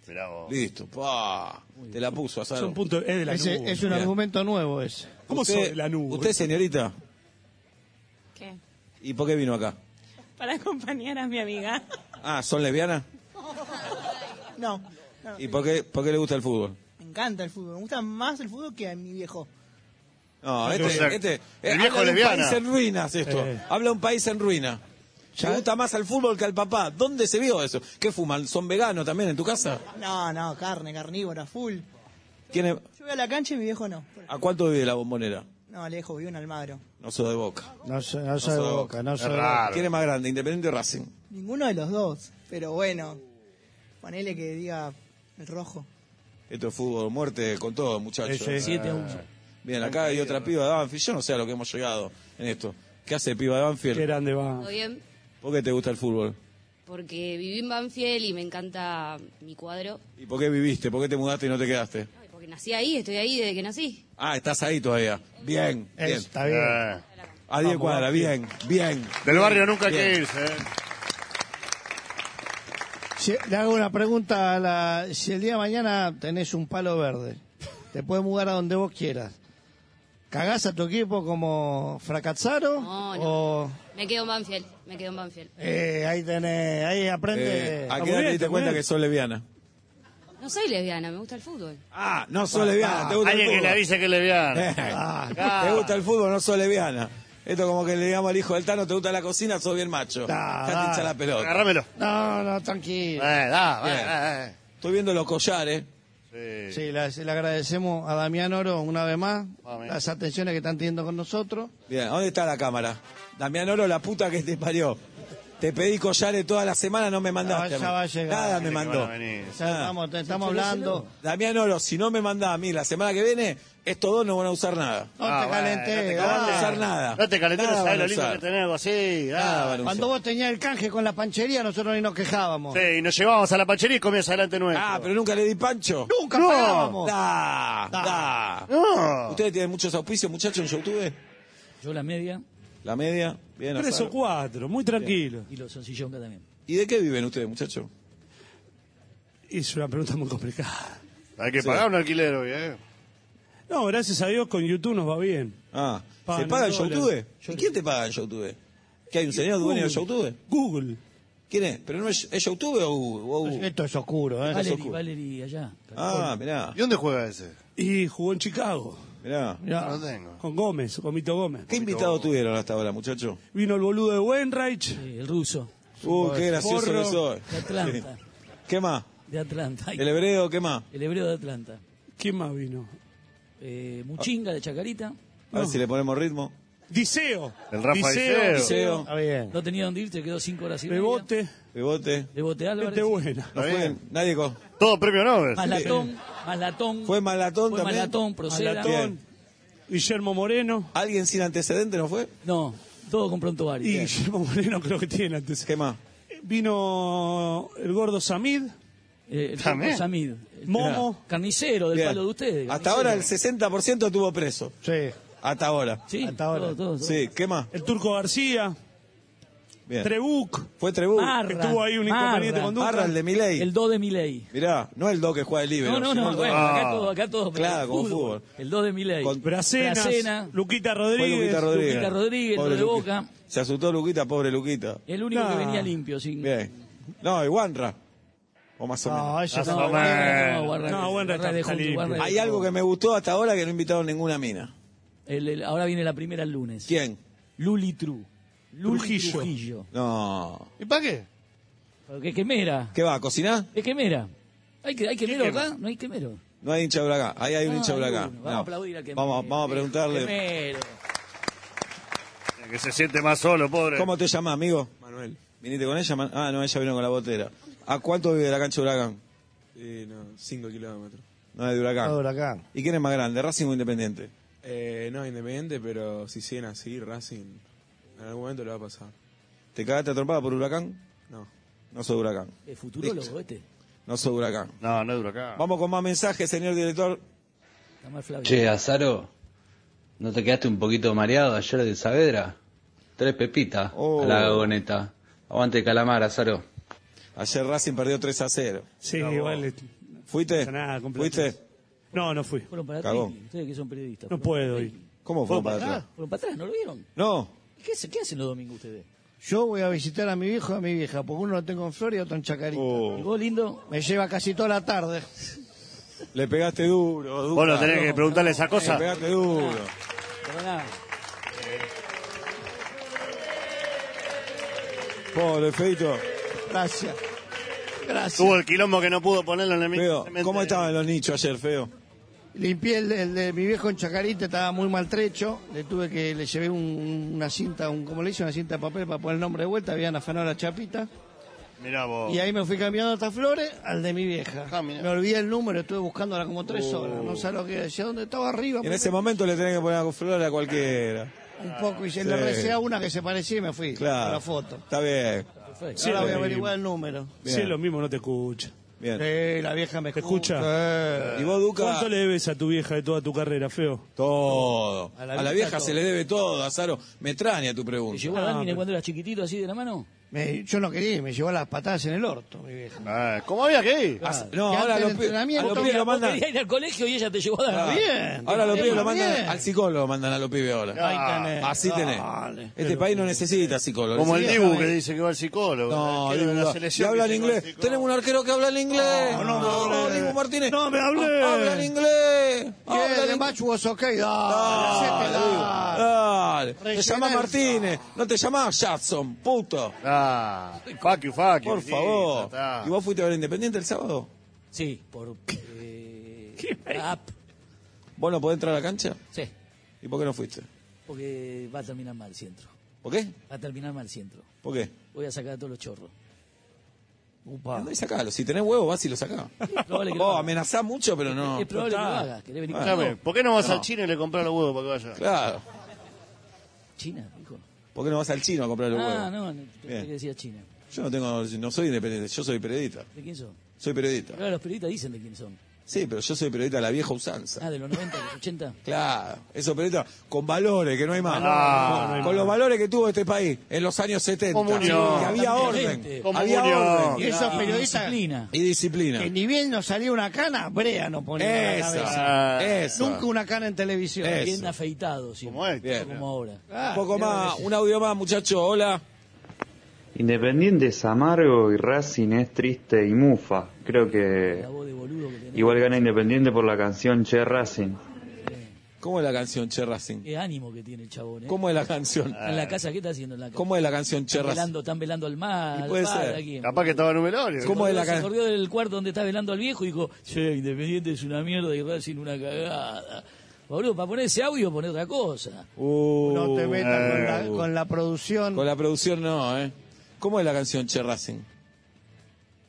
Speaker 10: Mirá vos.
Speaker 2: Listo. Pa. Te la puso, Azaro.
Speaker 1: Es un punto- es de Lanús.
Speaker 5: Ese es un
Speaker 2: Bien.
Speaker 5: argumento nuevo ese.
Speaker 1: ¿Cómo
Speaker 2: Usted-
Speaker 1: soy de Lanús?
Speaker 2: Usted, señorita,
Speaker 3: ¿Qué?
Speaker 2: ¿y por qué vino acá?
Speaker 3: Para acompañar a mi amiga.
Speaker 2: Ah, ¿son lesbianas?
Speaker 15: No,
Speaker 2: ¿Y por qué, por qué le gusta el fútbol?
Speaker 15: me encanta el fútbol. Me gusta más el fútbol que a mi viejo.
Speaker 2: No,
Speaker 15: Porque,
Speaker 2: este,
Speaker 15: o sea,
Speaker 2: este
Speaker 15: el
Speaker 2: eh,
Speaker 15: viejo
Speaker 2: habla de un
Speaker 15: lesbiana.
Speaker 2: país en ruinas esto.
Speaker 15: Eh.
Speaker 2: Habla un país en ruina. Le gusta más al fútbol que al papá. ¿Dónde se vio eso? ¿Qué fuman? ¿Son veganos también en tu casa?
Speaker 15: No, no, carne, carnívora, full.
Speaker 2: ¿Quién es-
Speaker 15: Yo voy a la cancha y mi viejo no.
Speaker 2: ¿A cuánto vive la bombonera?
Speaker 15: No, lejos, vivo en Almagro.
Speaker 2: No soy de boca.
Speaker 5: No soy, no soy de boca, no soy de boca.
Speaker 2: ¿Quién es más grande, Independiente o Racing?
Speaker 15: Ninguno de los dos, pero bueno. Ponele que diga el rojo.
Speaker 2: Esto es fútbol, muerte con todo, muchachos. Eh,
Speaker 6: Sí, sí. Siete a uno.
Speaker 2: Bien, acá hay otra piba de Banfield. Yo no sé a lo que hemos llegado en esto. ¿Qué hace piba de Banfield?
Speaker 1: Qué grande
Speaker 3: Todo bien,
Speaker 2: ¿Por qué te gusta el fútbol?
Speaker 3: porque viví en Banfield y me encanta mi cuadro.
Speaker 2: ¿Y por qué viviste? ¿Por qué te mudaste y no te quedaste?
Speaker 3: Ay, Porque nací ahí, estoy ahí desde que nací.
Speaker 2: Ah, estás ahí todavía. Bien, bien.
Speaker 5: Está bien.
Speaker 10: Ah.
Speaker 2: A 10
Speaker 10: Vamos,
Speaker 2: cuadras, bien, bien.
Speaker 10: Eh, Del barrio nunca hay
Speaker 2: Bien.
Speaker 10: que irse, ¿eh?
Speaker 5: Si- le hago una pregunta a la... Si el día de mañana tenés un palo verde, te puedes mudar a donde vos quieras. ¿Cagás a tu equipo como fracasaro?
Speaker 3: No, no.
Speaker 5: O...
Speaker 3: Me quedo en Banfield, me quedo en Banfield.
Speaker 5: Eh, ahí tenés, ahí aprende.
Speaker 2: Eh, ¿A qué edad te diste cuenta que sos lesbiana?
Speaker 3: No soy lesbiana, me gusta el fútbol.
Speaker 2: Ah, no sos lesbiana, te gusta el
Speaker 10: Alguien que
Speaker 2: fútbol.
Speaker 10: le avise que es lesbiana.
Speaker 5: Ah,
Speaker 2: Eh, Te gusta el fútbol, no sos lesbiana. Esto como que le digamos al hijo del Tano, te gusta la cocina, sos bien macho. Dejate hinchar la pelota.
Speaker 10: Agárramelo. Eh,
Speaker 5: No, no, tranquilo.
Speaker 2: Bien. Estoy viendo los collares.
Speaker 5: Sí, la- le agradecemos a Damián Oro una vez más
Speaker 2: Amén.
Speaker 5: las atenciones que están teniendo con nosotros.
Speaker 2: Bien, ¿dónde está la cámara? Damián Oro, la puta que te parió. Te pedí collares toda la semana, no me mandaste.
Speaker 5: Ah, ya va a llegar.
Speaker 2: Nada me
Speaker 5: Tiene que
Speaker 2: mandó.
Speaker 5: van a venir. Ya estamos- estamos hablando.
Speaker 2: Damián Oro, si no me mandás a mí la semana que viene, estos dos no van a usar nada.
Speaker 5: No
Speaker 10: Ah,
Speaker 5: te calenté.
Speaker 2: No van a usar nada.
Speaker 10: No te calenté, no
Speaker 2: Nada van
Speaker 10: sabes
Speaker 2: a
Speaker 10: lo lindo
Speaker 2: usar.
Speaker 10: que tenés algo así.
Speaker 2: Nada van a
Speaker 10: Ah.
Speaker 5: Cuando vos tenías el canje con la panchería, nosotros ni nos quejábamos.
Speaker 10: Sí, y nos llevábamos a la panchería y comías adelante nuestro.
Speaker 2: Ah, pero nunca le di pancho.
Speaker 5: Nunca
Speaker 10: No.
Speaker 5: pagábamos.
Speaker 2: Da, da.
Speaker 10: No.
Speaker 2: Ustedes tienen muchos auspicios, muchachos, en YouTube.
Speaker 6: Yo la media
Speaker 2: La media, bien.
Speaker 1: Tres
Speaker 2: Azaro.
Speaker 1: o cuatro, muy tranquilo.
Speaker 6: y los soncillonga también.
Speaker 2: ¿Y de qué viven ustedes, muchachos?
Speaker 1: Es una pregunta muy complicada.
Speaker 10: Hay que
Speaker 2: Sí.
Speaker 10: pagar un alquiler hoy, ¿eh?
Speaker 1: No, gracias a Dios con YouTube nos va bien.
Speaker 2: Ah, ¿se
Speaker 1: Pagan
Speaker 2: paga
Speaker 1: en
Speaker 2: en
Speaker 1: dólares.
Speaker 2: YouTube? ¿Y quién te paga en YouTube? ¿Que hay un señor dueño de YouTube?
Speaker 1: Google.
Speaker 2: ¿Quién es? ¿Pero no es, es YouTube o, o-
Speaker 5: Esto es oscuro, ¿eh?
Speaker 2: Valery,
Speaker 6: Valery, Valery allá.
Speaker 2: Ah, mirá,
Speaker 10: ¿Y dónde juega ese?
Speaker 1: Y jugó en Chicago.
Speaker 2: mirá.
Speaker 1: Mirá,
Speaker 10: No lo tengo.
Speaker 1: Con Gómez, Gomito Gómez.
Speaker 2: ¿Qué invitados tuvieron hasta ahora, muchachos?
Speaker 1: Vino el boludo de Wenreich.
Speaker 6: Sí, el ruso.
Speaker 2: Uh, qué gracioso
Speaker 1: Porro.
Speaker 2: que soy.
Speaker 6: De Atlanta.
Speaker 2: ¿Qué más?
Speaker 6: De Atlanta.
Speaker 2: ¿El hebreo qué más?
Speaker 6: El hebreo de Atlanta.
Speaker 1: ¿Quién más vino?
Speaker 6: Eh, Muchinga de Chacarita.
Speaker 2: A ver si le ponemos ritmo.
Speaker 1: Diceo.
Speaker 10: El Rafa
Speaker 1: Diceo.
Speaker 10: Diceo.
Speaker 2: Liceo,
Speaker 5: Está bien.
Speaker 6: No tenía dónde ir, te quedó cinco horas y media.
Speaker 1: Rebote.
Speaker 2: Bebote.
Speaker 6: Rebote Álvarez.
Speaker 1: Gente buena.
Speaker 2: No
Speaker 10: Está
Speaker 2: fue
Speaker 10: bien.
Speaker 2: nadie con...
Speaker 10: Todo premio Nobel.
Speaker 2: Ah,
Speaker 6: Malatón. Malatón.
Speaker 2: ¿Fue Malatón
Speaker 6: Fue
Speaker 2: también?
Speaker 6: Malatón, Proceda.
Speaker 1: Malatón. Guillermo Moreno.
Speaker 2: ¿Alguien sin antecedente no fue?
Speaker 6: No, todo con pronto
Speaker 1: Y
Speaker 6: varios.
Speaker 1: Guillermo Moreno creo que tiene antes.
Speaker 2: ¿Qué más?
Speaker 1: Vino el gordo Samid.
Speaker 6: Eh, el
Speaker 10: También.
Speaker 6: Turco Samid. El
Speaker 1: Momo.
Speaker 6: Carnicero del
Speaker 2: Bien.
Speaker 6: palo de ustedes.
Speaker 2: Hasta
Speaker 6: carnicero.
Speaker 2: ahora el 60% estuvo preso.
Speaker 5: Sí.
Speaker 2: Hasta ahora.
Speaker 6: Sí,
Speaker 5: hasta ahora.
Speaker 6: todo, todo, todo.
Speaker 2: Sí, ¿qué más?
Speaker 1: El turco García.
Speaker 2: Bien.
Speaker 1: Trebuc.
Speaker 2: Fue Trebú.
Speaker 6: Marra.
Speaker 1: que Estuvo ahí un
Speaker 6: Marra.
Speaker 1: inconveniente con Duncan.
Speaker 2: Marra, el de Miley.
Speaker 6: El 2 de Miley.
Speaker 2: Mirá, no el do que juega el libro.
Speaker 6: No, no, no, bueno,
Speaker 1: Ah.
Speaker 6: acá todo, acá todo.
Speaker 2: Claro, como fútbol.
Speaker 6: El 2 de Milei.
Speaker 2: Con
Speaker 1: Bracenas,
Speaker 6: Bracena.
Speaker 1: Luquita
Speaker 2: Fue
Speaker 1: Rodríguez.
Speaker 2: Luquita Rodríguez.
Speaker 6: Luquita Rodríguez,
Speaker 2: Pobre
Speaker 6: lo de
Speaker 2: Luquita.
Speaker 6: Boca.
Speaker 2: Se asustó Luquita, pobre Luquita.
Speaker 6: El único que
Speaker 1: No.
Speaker 6: venía limpio, sin.
Speaker 2: Bien. No, y Wanra. O más o
Speaker 5: No,
Speaker 2: menos.
Speaker 5: ellos
Speaker 10: Más
Speaker 5: no.
Speaker 10: o menos.
Speaker 6: Guarra- Guarra-
Speaker 1: No, buen
Speaker 6: Guarra
Speaker 1: retrato,
Speaker 6: dejó un-
Speaker 1: está limpio.
Speaker 6: Guarra
Speaker 2: Hay
Speaker 6: dejó-
Speaker 2: algo que me gustó hasta ahora que no invitaron ninguna mina.
Speaker 6: el- el- ahora viene la primera el lunes.
Speaker 2: ¿Quién?
Speaker 6: Luli Tru. Luli
Speaker 1: Trujillo.
Speaker 6: Trujillo.
Speaker 2: No.
Speaker 10: ¿Y para qué?
Speaker 6: Pero ¿Qué quemera?
Speaker 2: ¿Qué va? a ¿Cocinar?
Speaker 6: ¿Qué quemera? ¿Hay, que, hay quemero
Speaker 10: quema?
Speaker 6: acá? No hay quemero.
Speaker 2: No hay hincha de Huracán. Ahí hay un
Speaker 6: Ah,
Speaker 2: hincha de
Speaker 6: hay
Speaker 2: Huracán.
Speaker 6: uno.
Speaker 2: No.
Speaker 6: Vamos a aplaudir a quemero.
Speaker 2: Vamos, vamos a preguntarle.
Speaker 6: Quemero.
Speaker 10: Que se siente más solo, pobre.
Speaker 2: ¿Cómo te llamas, amigo? Manuel. ¿Viniste con ella? Man- Ah, no, ella vino con la botera. ¿A cuánto vive la cancha de Huracán?
Speaker 16: Sí, no, 5 kilómetros.
Speaker 2: No, es de Huracán.
Speaker 5: Todo huracán.
Speaker 2: ¿Y quién es más grande, Racing o Independiente?
Speaker 16: Eh, no, independiente, pero si siguen así, Racing, en algún momento le va a pasar.
Speaker 2: ¿Te cagaste atropada por Huracán?
Speaker 16: No.
Speaker 2: No soy Huracán.
Speaker 6: Eh, futurólogo este.
Speaker 2: No soy Huracán.
Speaker 10: No, no es huracán.
Speaker 2: Vamos con más mensajes, señor director.
Speaker 6: Está mal Flavio.
Speaker 8: Che, Azaro, ¿no te quedaste un poquito mareado ayer de Saavedra? Tres pepitas
Speaker 2: Oh.
Speaker 8: a la vagoneta. Aguante calamar, Azaro.
Speaker 2: Ayer Racing perdió 3 a 0.
Speaker 1: Sí, igual.
Speaker 2: ¿Fuiste?
Speaker 1: No, nada, completo.
Speaker 2: ¿Fuiste?
Speaker 1: No, no fui.
Speaker 6: Fueron para
Speaker 2: Cagón.
Speaker 6: atrás. Ustedes que son periodistas.
Speaker 1: No
Speaker 6: fueron
Speaker 1: puedo
Speaker 6: para
Speaker 1: ir.
Speaker 6: Trinity.
Speaker 2: ¿Cómo fue para atrás?
Speaker 6: Fueron para atrás, ¿no lo vieron?
Speaker 2: No.
Speaker 6: ¿Qué, hace- qué hacen los domingos ustedes?
Speaker 5: Yo voy a visitar a mi viejo y a mi vieja, porque uno lo tengo en Flor y otro en Chacarita.
Speaker 2: Oh.
Speaker 6: ¿Y vos, lindo?
Speaker 5: Me lleva casi toda la tarde.
Speaker 2: Le pegaste duro, duro.
Speaker 10: Vos no tenés que preguntarle esa
Speaker 2: Le
Speaker 10: cosa.
Speaker 2: pegaste duro.
Speaker 6: Perdoná.
Speaker 2: Pobre feito.
Speaker 5: Gracias. Gracias.
Speaker 10: Tuvo el quilombo que no pudo ponerlo en el
Speaker 2: Feo,
Speaker 10: mismo.
Speaker 2: ¿cómo estaban los nichos ayer, feo?
Speaker 5: Limpié el, el de mi viejo en Chacarita, estaba muy maltrecho. Le tuve que, le llevé un- una cinta, un, como le hice, una cinta de papel para poner el nombre de vuelta. Habían afanado la chapita.
Speaker 10: Mirá vos.
Speaker 5: Y ahí me fui cambiando hasta Flores al de mi vieja.
Speaker 10: Oh. Ah, mirá. Oh.
Speaker 5: me olvidé el número, estuve buscándola como tres horas. No sé lo que decía, dónde estaba arriba.
Speaker 2: En ese momento le tenés que poner a flor a cualquiera.
Speaker 5: Un poco, y se le recé a una que se parecía y me fui.
Speaker 2: Claro.
Speaker 5: Con la foto.
Speaker 2: Está bien.
Speaker 6: Perfecto.
Speaker 1: Sí,
Speaker 5: Ahora
Speaker 1: lo
Speaker 5: voy a
Speaker 1: mismo.
Speaker 5: averiguar el número.
Speaker 2: Bien.
Speaker 1: Si es lo mismo, no te escucha.
Speaker 2: Bien.
Speaker 5: Sí, la vieja me
Speaker 1: ¿Te escucha?
Speaker 5: escucha.
Speaker 2: ¿Y vos, Duca?
Speaker 1: ¿Cuánto le debes a tu vieja de toda tu carrera, feo?
Speaker 2: Todo. A
Speaker 5: A
Speaker 2: la
Speaker 5: la
Speaker 2: vieja,
Speaker 5: vieja todo.
Speaker 2: se le debe todo, Azaro. Me extraña tu
Speaker 6: ¿Te
Speaker 2: pregunta.
Speaker 6: llevó a
Speaker 1: Ah,
Speaker 6: Dani
Speaker 1: pero-
Speaker 6: cuando era chiquitito así de la mano?
Speaker 5: Me- yo no quería, me llevó las patadas en el orto, mi vieja.
Speaker 10: Ah, ¿Cómo había que ir?
Speaker 2: Ah, No,
Speaker 5: Que
Speaker 2: ahora los
Speaker 5: antes del
Speaker 2: pibes a
Speaker 5: entrenamiento
Speaker 2: los
Speaker 5: vos
Speaker 2: pibes lo
Speaker 6: Vos
Speaker 2: mandan.
Speaker 6: querías ir al colegio y ella te llevó a
Speaker 2: Ah,
Speaker 6: Dani.
Speaker 5: Bien,
Speaker 2: ahora los
Speaker 5: bien,
Speaker 2: pibes lo mandan
Speaker 5: bien.
Speaker 2: al psicólogo, mandan a los pibes ahora.
Speaker 10: Ah,
Speaker 5: Ahí tenés.
Speaker 2: Así tenés.
Speaker 5: Dale.
Speaker 2: Este país no necesita psicólogos.
Speaker 10: Como el
Speaker 2: Necesita-
Speaker 10: Dibu que dice que va al psicólogo.
Speaker 2: No,
Speaker 10: El arquero
Speaker 2: Dibu,
Speaker 10: de la
Speaker 2: no.
Speaker 10: selección
Speaker 2: Y habla en
Speaker 10: dice que va al
Speaker 2: inglés.
Speaker 10: psicólogo.
Speaker 2: Tenemos un arquero que habla en inglés.
Speaker 5: No, no me hablé.
Speaker 2: Dibu Martínez. Ah,
Speaker 1: No me hablé.
Speaker 2: Habla en inglés. Habla
Speaker 5: Yeah,
Speaker 2: en
Speaker 5: the
Speaker 2: inglés.
Speaker 5: match was okay. Dale, hacete la-
Speaker 2: Dale, dale. Te
Speaker 5: Rellena
Speaker 2: llamás
Speaker 5: el-
Speaker 2: Martínez, no te llamás Jackson, puto.
Speaker 10: Ah, fuck you, fuck you,
Speaker 2: Por
Speaker 10: listo,
Speaker 2: favor.
Speaker 10: está.
Speaker 2: ¿Y vos fuiste a ver Independiente el sábado?
Speaker 6: Sí, por... eh, la app.
Speaker 2: ¿Vos no podés entrar a la cancha?
Speaker 6: Sí,
Speaker 2: ¿Y por qué no fuiste?
Speaker 6: porque va a terminar mal el centro.
Speaker 2: ¿Por qué?
Speaker 6: Va a terminar mal centro.
Speaker 2: ¿Por qué?
Speaker 6: Voy a sacar a todos los chorros.
Speaker 2: Andá y sacalo. Si tenés huevo, vas y lo sacás.
Speaker 6: probable que lo
Speaker 2: Vos
Speaker 6: haga.
Speaker 2: amenazás mucho, pero no.
Speaker 6: Es probable que lo haga. ¿Querés venir
Speaker 2: Bueno.
Speaker 6: conmigo?
Speaker 10: ¿Por qué no vas al chino y le compras los huevos para que vaya?
Speaker 2: Claro.
Speaker 6: China, hijo.
Speaker 2: ¿Por qué no vas al chino a comprar los
Speaker 6: Ah,
Speaker 2: huevos?
Speaker 6: no, no,
Speaker 2: Bien.
Speaker 6: pensé que decía China.
Speaker 2: Yo no tengo, no soy independiente, yo soy periodista.
Speaker 6: ¿De quién son?
Speaker 2: Soy periodista.
Speaker 6: Ahora los periodistas dicen de quién son.
Speaker 2: Sí, pero yo soy periodista de la vieja usanza.
Speaker 6: Ah, de los 90, de los 80.
Speaker 2: Claro, esos periodistas con valores que no hay más.
Speaker 10: Ah.
Speaker 2: Con- con los valores que tuvo este país en los años 70.
Speaker 10: Comunión.
Speaker 2: Que había orden.
Speaker 10: Totalmente.
Speaker 2: Había
Speaker 10: Comunión.
Speaker 2: orden.
Speaker 5: Y [LAUGHS] esos periodistas
Speaker 6: Disciplina.
Speaker 2: Y disciplina.
Speaker 5: que ni bien nos salía una cana, brea no ponía en la
Speaker 2: Esa,
Speaker 5: cabeza.
Speaker 2: esa.
Speaker 5: Nunca una cana en televisión.
Speaker 2: Eso.
Speaker 6: Bien afeitado, sí. Como
Speaker 5: este,
Speaker 2: Bien.
Speaker 6: Como ahora.
Speaker 2: Un poco más, un audio más, muchacho. Hola.
Speaker 8: Independiente es amargo y Racing es triste y mufa. Creo que igual gana Independiente por la canción Che Racing.
Speaker 2: ¿Cómo es la canción Che Racing?
Speaker 6: Qué ánimo que tiene el chabón, ¿eh?
Speaker 2: ¿Cómo es la canción?
Speaker 6: Está en la casa, ¿qué está haciendo en la casa?
Speaker 2: ¿Cómo es la canción Che
Speaker 6: Están
Speaker 2: Racing?
Speaker 6: velando, están velando al mar.
Speaker 2: Y puede
Speaker 6: al padre,
Speaker 2: ser.
Speaker 6: ¿a quién?
Speaker 10: Capaz que estaba en un velorio.
Speaker 2: ¿Cómo es la
Speaker 6: Se
Speaker 2: canción?
Speaker 6: corrió del cuarto donde está velando al viejo y dijo, sí, Independiente es una mierda y Racing una cagada. Boludo, para poner ese audio, poner otra cosa.
Speaker 5: No te metas con, la,
Speaker 2: Uh.
Speaker 5: con la producción.
Speaker 2: Con la producción no, ¿eh? ¿Cómo es la canción Che Racing?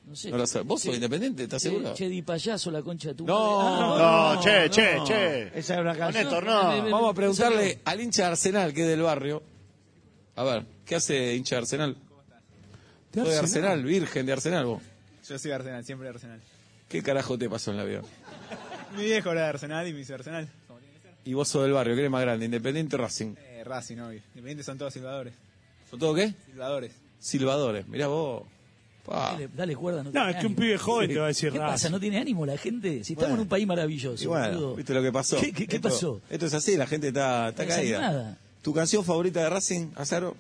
Speaker 6: No sé.
Speaker 2: No la sabes. ¿Vos
Speaker 6: Che-
Speaker 2: sos independiente? ¿Estás seguro?
Speaker 6: Che, che, di payaso la concha de tu
Speaker 2: No,
Speaker 6: madre. Ah,
Speaker 10: No, che, che, che.
Speaker 5: Esa es una
Speaker 10: Con
Speaker 5: canción.
Speaker 10: Néstor, no.
Speaker 2: Vamos a preguntarle al hincha de Arsenal, que es del barrio. A ver, ¿qué hace hincha de Arsenal? Soy de Arsenal, virgen de Arsenal vos.
Speaker 17: Yo soy de Arsenal, siempre de Arsenal.
Speaker 2: ¿Qué carajo te pasó en la vida?
Speaker 17: Mi viejo era de Arsenal y me hice Arsenal.
Speaker 2: Y vos sos del barrio, ¿qué eres más grande? ¿Independiente o Racing?
Speaker 17: Eh, Racing, obvio. Independientes son todos silbadores.
Speaker 2: ¿Son todo qué?
Speaker 17: Silbadores.
Speaker 2: Silvadores. Mirá vos. Pa.
Speaker 6: Dale, dale cuerda, no,
Speaker 1: No,
Speaker 6: tiene
Speaker 1: es que un
Speaker 6: ánimo.
Speaker 1: pibe joven te va a decir
Speaker 6: ¿Qué pasa?
Speaker 1: Racing.
Speaker 6: ¿No tiene ánimo la gente? Si estamos
Speaker 2: "Ah, Bueno.
Speaker 6: en un país maravilloso.
Speaker 2: Y bueno,
Speaker 6: boludo.
Speaker 2: ¿viste lo que pasó?
Speaker 6: ¿Qué, qué- qué
Speaker 2: Esto-
Speaker 6: pasó?
Speaker 2: Esto es así, la gente está, está
Speaker 6: Está
Speaker 2: caída.
Speaker 6: desanimada.
Speaker 2: ¿Tu canción favorita de Racing, Azaro?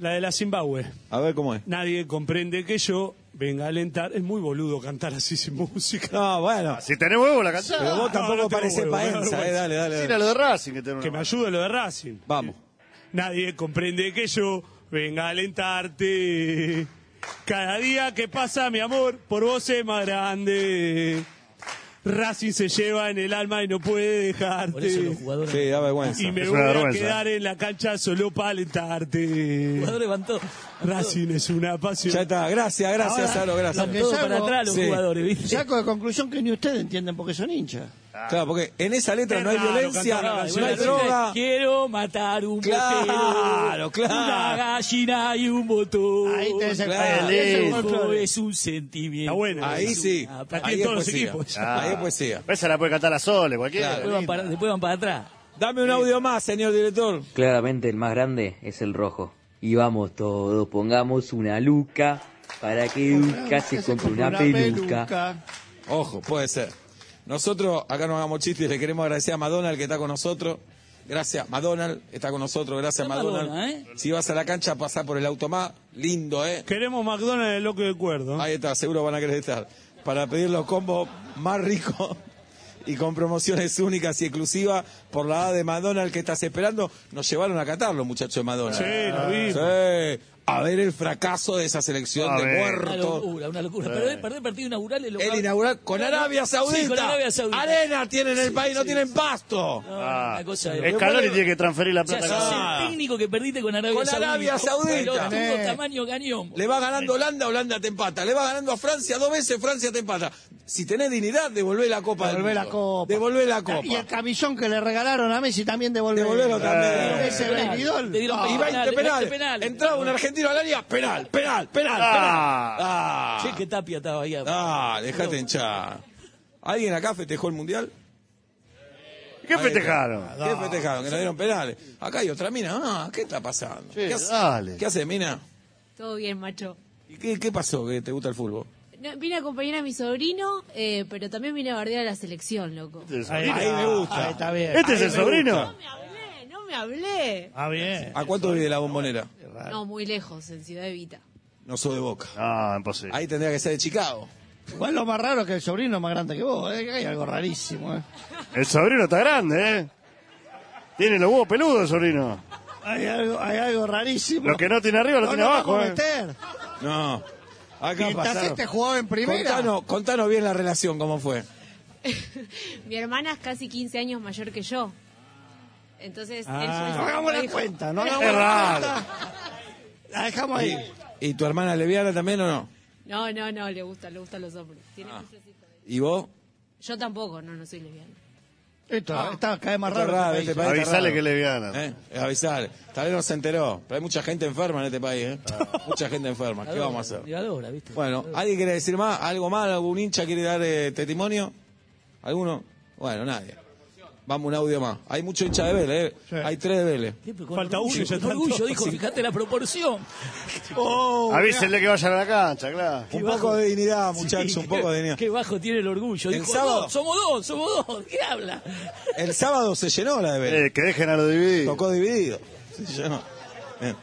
Speaker 1: La de la Zimbabue.
Speaker 2: A ver cómo es.
Speaker 1: Nadie comprende que yo venga a alentar. Es muy boludo cantar así sin música.
Speaker 2: No, bueno.
Speaker 10: Si tenés huevo, la cantás.
Speaker 2: Pero vos tampoco
Speaker 1: no tengo
Speaker 2: parecés
Speaker 1: huevo, me da
Speaker 2: paenza, eh,
Speaker 1: vergüenza.
Speaker 2: dale, dale.
Speaker 10: Sí,
Speaker 2: dale.
Speaker 10: era lo de Racing que tenés
Speaker 1: Que
Speaker 10: una
Speaker 1: me ayude lo de Racing.
Speaker 2: Vamos.
Speaker 1: Nadie comprende que yo venga a alentarte. Cada día que pasa, mi amor, por vos es más grande. Racing se lleva en el alma y no puede dejarte.
Speaker 6: Por eso los jugadores,
Speaker 2: Sí, da vergüenza.
Speaker 1: Y me
Speaker 10: Es
Speaker 1: voy
Speaker 10: una
Speaker 1: a
Speaker 10: vergüenza.
Speaker 1: quedar en la cancha solo para alentarte.
Speaker 6: los jugadores van todos.
Speaker 1: Racing es una pasión.
Speaker 2: Ya está, gracias, gracias, Azaro, gracias.
Speaker 5: lo que
Speaker 6: Todos
Speaker 5: saco-
Speaker 6: para atrás los
Speaker 2: Sí.
Speaker 6: jugadores, ¿viste?
Speaker 5: Saco de conclusión que ni ustedes entienden porque son hinchas.
Speaker 2: Claro, porque en esa letra
Speaker 1: Es
Speaker 2: no hay
Speaker 1: raro
Speaker 2: violencia,
Speaker 1: cantar una
Speaker 2: no
Speaker 1: canción
Speaker 2: hay
Speaker 1: así.
Speaker 2: droga.
Speaker 6: Quiero matar un
Speaker 2: Claro,
Speaker 6: botero,
Speaker 2: claro.
Speaker 6: una gallina y un botón.
Speaker 5: Ahí te
Speaker 2: Claro.
Speaker 5: desenfrenas. Ese es el
Speaker 6: Eso
Speaker 5: folclore.
Speaker 6: es un sentimiento.
Speaker 1: Está bueno.
Speaker 2: Ahí sí,
Speaker 6: Ah,
Speaker 1: La
Speaker 2: ahí
Speaker 1: tienen
Speaker 2: es
Speaker 1: todos los
Speaker 2: poesía.
Speaker 1: equipos.
Speaker 10: Ah.
Speaker 2: Ahí es poesía.
Speaker 10: Esa la puede cantar a Sole, cualquiera.
Speaker 6: Después van para, después van para atrás.
Speaker 2: Dame un audio más, señor director.
Speaker 18: Claramente el más grande es el rojo. Y vamos todos, pongamos una luca para que Duca se compre una peluca.
Speaker 2: Ojo, puede ser. Nosotros acá no hagamos chistes, le queremos agradecer a Madonald que está con nosotros. Gracias, Madonald está con nosotros, gracias
Speaker 6: Está
Speaker 2: Madonald.
Speaker 6: Madonna, ¿eh?
Speaker 2: Si vas a la cancha, pasá por el automá, lindo, ¿eh?
Speaker 1: Queremos McDonald's de loco de cuerdo.
Speaker 2: Ahí está, seguro van a querer estar. Para pedir los combos más ricos y con promociones únicas y exclusivas por la A de Madonald que estás esperando, nos llevaron a catar los muchachos de Madonna.
Speaker 1: Sí, lo vimos.
Speaker 2: A ver el fracaso de esa selección
Speaker 10: A
Speaker 2: de
Speaker 10: ver.
Speaker 6: Una
Speaker 2: muertos.
Speaker 6: locura, una locura. Perder, perder partido inaugural es lo
Speaker 2: El
Speaker 6: más-
Speaker 2: inaugural con Arabia Saudita.
Speaker 6: Sí, con Arabia Saudita.
Speaker 2: Arena tienen en el país, no tienen pasto.
Speaker 6: No,
Speaker 10: Ah.
Speaker 6: una cosa de-
Speaker 10: Es calor y tiene que transferir la
Speaker 6: O sea,
Speaker 10: plata.
Speaker 6: sos
Speaker 2: Ah.
Speaker 6: el técnico que perdiste con Arabia
Speaker 2: Con
Speaker 6: Saudita.
Speaker 2: Arabia Saudita.
Speaker 6: Pelotudo,
Speaker 5: Eh.
Speaker 6: tamaño cañón.
Speaker 2: Le va ganando Holanda, Holanda te empata. Le va ganando a Francia dos veces, Francia te empata. Si tenés dignidad, devolvé la copa. del
Speaker 5: Devolvé la
Speaker 2: mundo.
Speaker 5: copa.
Speaker 2: Devolvé la copa.
Speaker 5: Y el camisón que le regalaron a Messi también devolvió.
Speaker 2: Devolvelo también.
Speaker 5: Ese
Speaker 6: Penal.
Speaker 5: baby
Speaker 6: Te dieron
Speaker 5: doll.
Speaker 2: Ah, Y 20 penales.
Speaker 6: Penales, 20 Ah. penales.
Speaker 2: Entraba un argentino al área, penal, penal, penal.
Speaker 10: Ah.
Speaker 2: penal. Ah.
Speaker 6: Che, que Tapia estaba ahí.
Speaker 2: Ah, dejate hinchar. ¿Alguien acá festejó el mundial?
Speaker 10: ¿Qué festejaron?
Speaker 2: ¿Qué festejaron? Que no dieron penales. Acá hay otra mina. Ah, ¿qué está pasando?
Speaker 10: Che,
Speaker 2: ¿Qué hace,
Speaker 10: dale.
Speaker 2: ¿Qué hace, mina?
Speaker 3: Todo bien, macho.
Speaker 2: ¿Y qué, qué pasó que te gusta el fútbol?
Speaker 3: No, vine a acompañar a mi sobrino, eh, pero también vine a bardear a la selección, loco.
Speaker 10: Este es el
Speaker 5: Ahí,
Speaker 10: sobrino.
Speaker 5: está,
Speaker 2: me gusta.
Speaker 5: ahí está bien.
Speaker 10: ¿Este es el sobrino?
Speaker 3: No me hablé, no me hablé.
Speaker 5: Ah, bien.
Speaker 2: ¿A cuánto vive la bombonera?
Speaker 3: No, muy lejos, en Ciudad Evita.
Speaker 2: No soy de Boca.
Speaker 10: Ah, imposible.
Speaker 2: Ahí tendría que ser de Chicago.
Speaker 5: Igual lo más raro es que el sobrino es más grande que vos. eh, que Hay algo rarísimo. eh.
Speaker 10: El sobrino está grande, ¿eh? Tiene los huevos peludos, el sobrino.
Speaker 5: Hay algo, hay algo rarísimo.
Speaker 10: Lo que no tiene arriba lo
Speaker 5: no
Speaker 10: tiene
Speaker 5: lo
Speaker 10: abajo,
Speaker 5: vamos a
Speaker 10: ¿eh?
Speaker 5: meter.
Speaker 2: No. Acá
Speaker 5: Mientras
Speaker 2: pasaron.
Speaker 5: este jugaba en primera.
Speaker 2: Contanos, contanos bien la relación, cómo fue.
Speaker 3: Mi hermana es casi 15 años mayor que yo.
Speaker 19: Entonces,
Speaker 5: Ah.
Speaker 19: él fue-
Speaker 5: No hagamos la
Speaker 19: dijo- [LAUGHS]
Speaker 5: cuenta, no
Speaker 2: Es
Speaker 5: hagamos
Speaker 2: raro.
Speaker 5: La dejamos ahí.
Speaker 2: ¿Y tu hermana leviana también o no?
Speaker 19: No, no, no, le gusta, le gustan los hombres. Tiene
Speaker 2: Ah.
Speaker 19: muchos hijos.
Speaker 2: ¿Y vos?
Speaker 19: Yo tampoco, no, no soy lesbiana.
Speaker 5: Esto, está cada vez más
Speaker 2: Está
Speaker 5: raro.
Speaker 2: Ah. raro,
Speaker 5: este
Speaker 2: este
Speaker 5: país.
Speaker 2: país está
Speaker 10: Avisale
Speaker 2: raro.
Speaker 10: que es lesbiana.
Speaker 2: ¿Eh? Avisar. Tal vez no se enteró, pero hay mucha gente enferma en este país. ¿eh? Mucha gente enferma. ¿Qué vamos a hacer?
Speaker 6: Llegadora, ¿viste?
Speaker 2: Bueno, ¿alguien quiere decir más? ¿Algo más? ¿Algún hincha quiere dar eh, testimonio? ¿Alguno? Bueno, nadie. Vamos un audio más. Hay mucho hincha de Vélez, ¿eh? Hay tres de Vélez.
Speaker 6: Con orgullo, con orgullo dijo, fíjate la proporción.
Speaker 10: Avísenle que vayan a la cancha, claro.
Speaker 2: Un poco de dignidad, muchachos, un poco de dignidad.
Speaker 6: Qué bajo tiene el orgullo.
Speaker 2: El
Speaker 6: Dijo,
Speaker 2: sábado-
Speaker 6: "No, somos dos, somos dos. ¿Qué habla?
Speaker 2: El sábado se llenó la de Vélez.
Speaker 10: Eh, que dejen a lo dividido.
Speaker 2: Tocó dividido. Se llenó. Bien.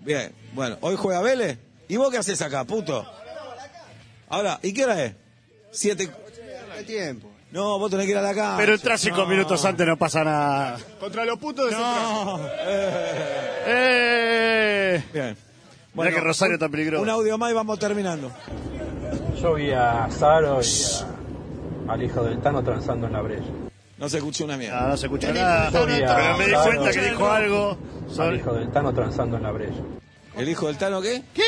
Speaker 2: Bien, bueno, hoy juega Vélez. ¿Y vos qué haces acá, puto? Ahora, ¿y qué hora es? Siete.
Speaker 20: tiempo.
Speaker 2: No, vos tenés que ir a la cancha.
Speaker 10: Pero entras cinco
Speaker 2: No.
Speaker 10: minutos antes, no pasa nada.
Speaker 20: Contra los putos de
Speaker 2: No.
Speaker 10: ¡Eh!
Speaker 2: Bien.
Speaker 10: Mirá que Rosario está peligroso.
Speaker 2: Un audio más y vamos terminando.
Speaker 21: Yo vi a Saro y a- al hijo del Tano transando en la brecha.
Speaker 2: No se escuchó una mierda.
Speaker 10: Ah, No, no se escucha nada. Pero me di cuenta que dijo algo.
Speaker 21: Al hijo del Tano transando en la brecha.
Speaker 10: Ah.
Speaker 2: ¿El hijo del Tano qué?
Speaker 10: ¿Qué?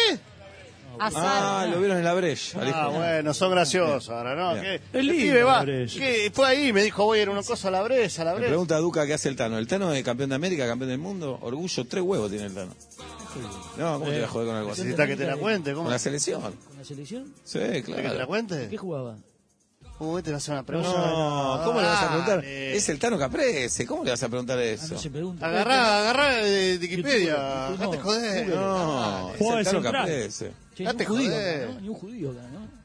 Speaker 2: Ah, lo vieron en la brecha. al hijo
Speaker 10: Ah,
Speaker 2: del-
Speaker 10: bueno, son graciosos ahora, ¿no?
Speaker 2: Bien.
Speaker 10: ¿Qué?
Speaker 2: Es
Speaker 10: El
Speaker 2: lindo
Speaker 10: pibe va.
Speaker 2: la Breche.
Speaker 10: ¿Qué? Fue ahí, me dijo, voy a ir a una cosa a la bresa, a la
Speaker 2: Me
Speaker 10: bresa.
Speaker 2: pregunta Duca qué hace el Tano. El Tano es campeón de América, campeón del mundo, orgullo, tres huevos tiene el Tano. No, ¿cómo te vas a joder con algo así?
Speaker 10: Necesita que te la cuente, ¿cómo?
Speaker 2: Con la selección.
Speaker 6: ¿Con la selección?
Speaker 2: Sí,
Speaker 10: ¿Necesita que te la
Speaker 2: claro.
Speaker 10: cuente?
Speaker 6: ¿Qué jugaba?
Speaker 10: Uh, te hace una pregunta.
Speaker 2: No, ¿cómo le vas a preguntar?
Speaker 10: Dale.
Speaker 2: Es el Tano Caprese, ¿cómo le vas a preguntar eso?
Speaker 10: Agarrá, agarrá de Wikipedia.
Speaker 6: YouTube,
Speaker 10: Dejate
Speaker 6: no,
Speaker 10: joder.
Speaker 6: YouTube
Speaker 2: No, es el
Speaker 6: Juega de
Speaker 2: Tano
Speaker 6: central.
Speaker 2: Caprese.
Speaker 6: Che, ni un
Speaker 10: Date
Speaker 6: judío
Speaker 10: joder.
Speaker 6: acá, ¿no? Ni un judío acá, ¿no?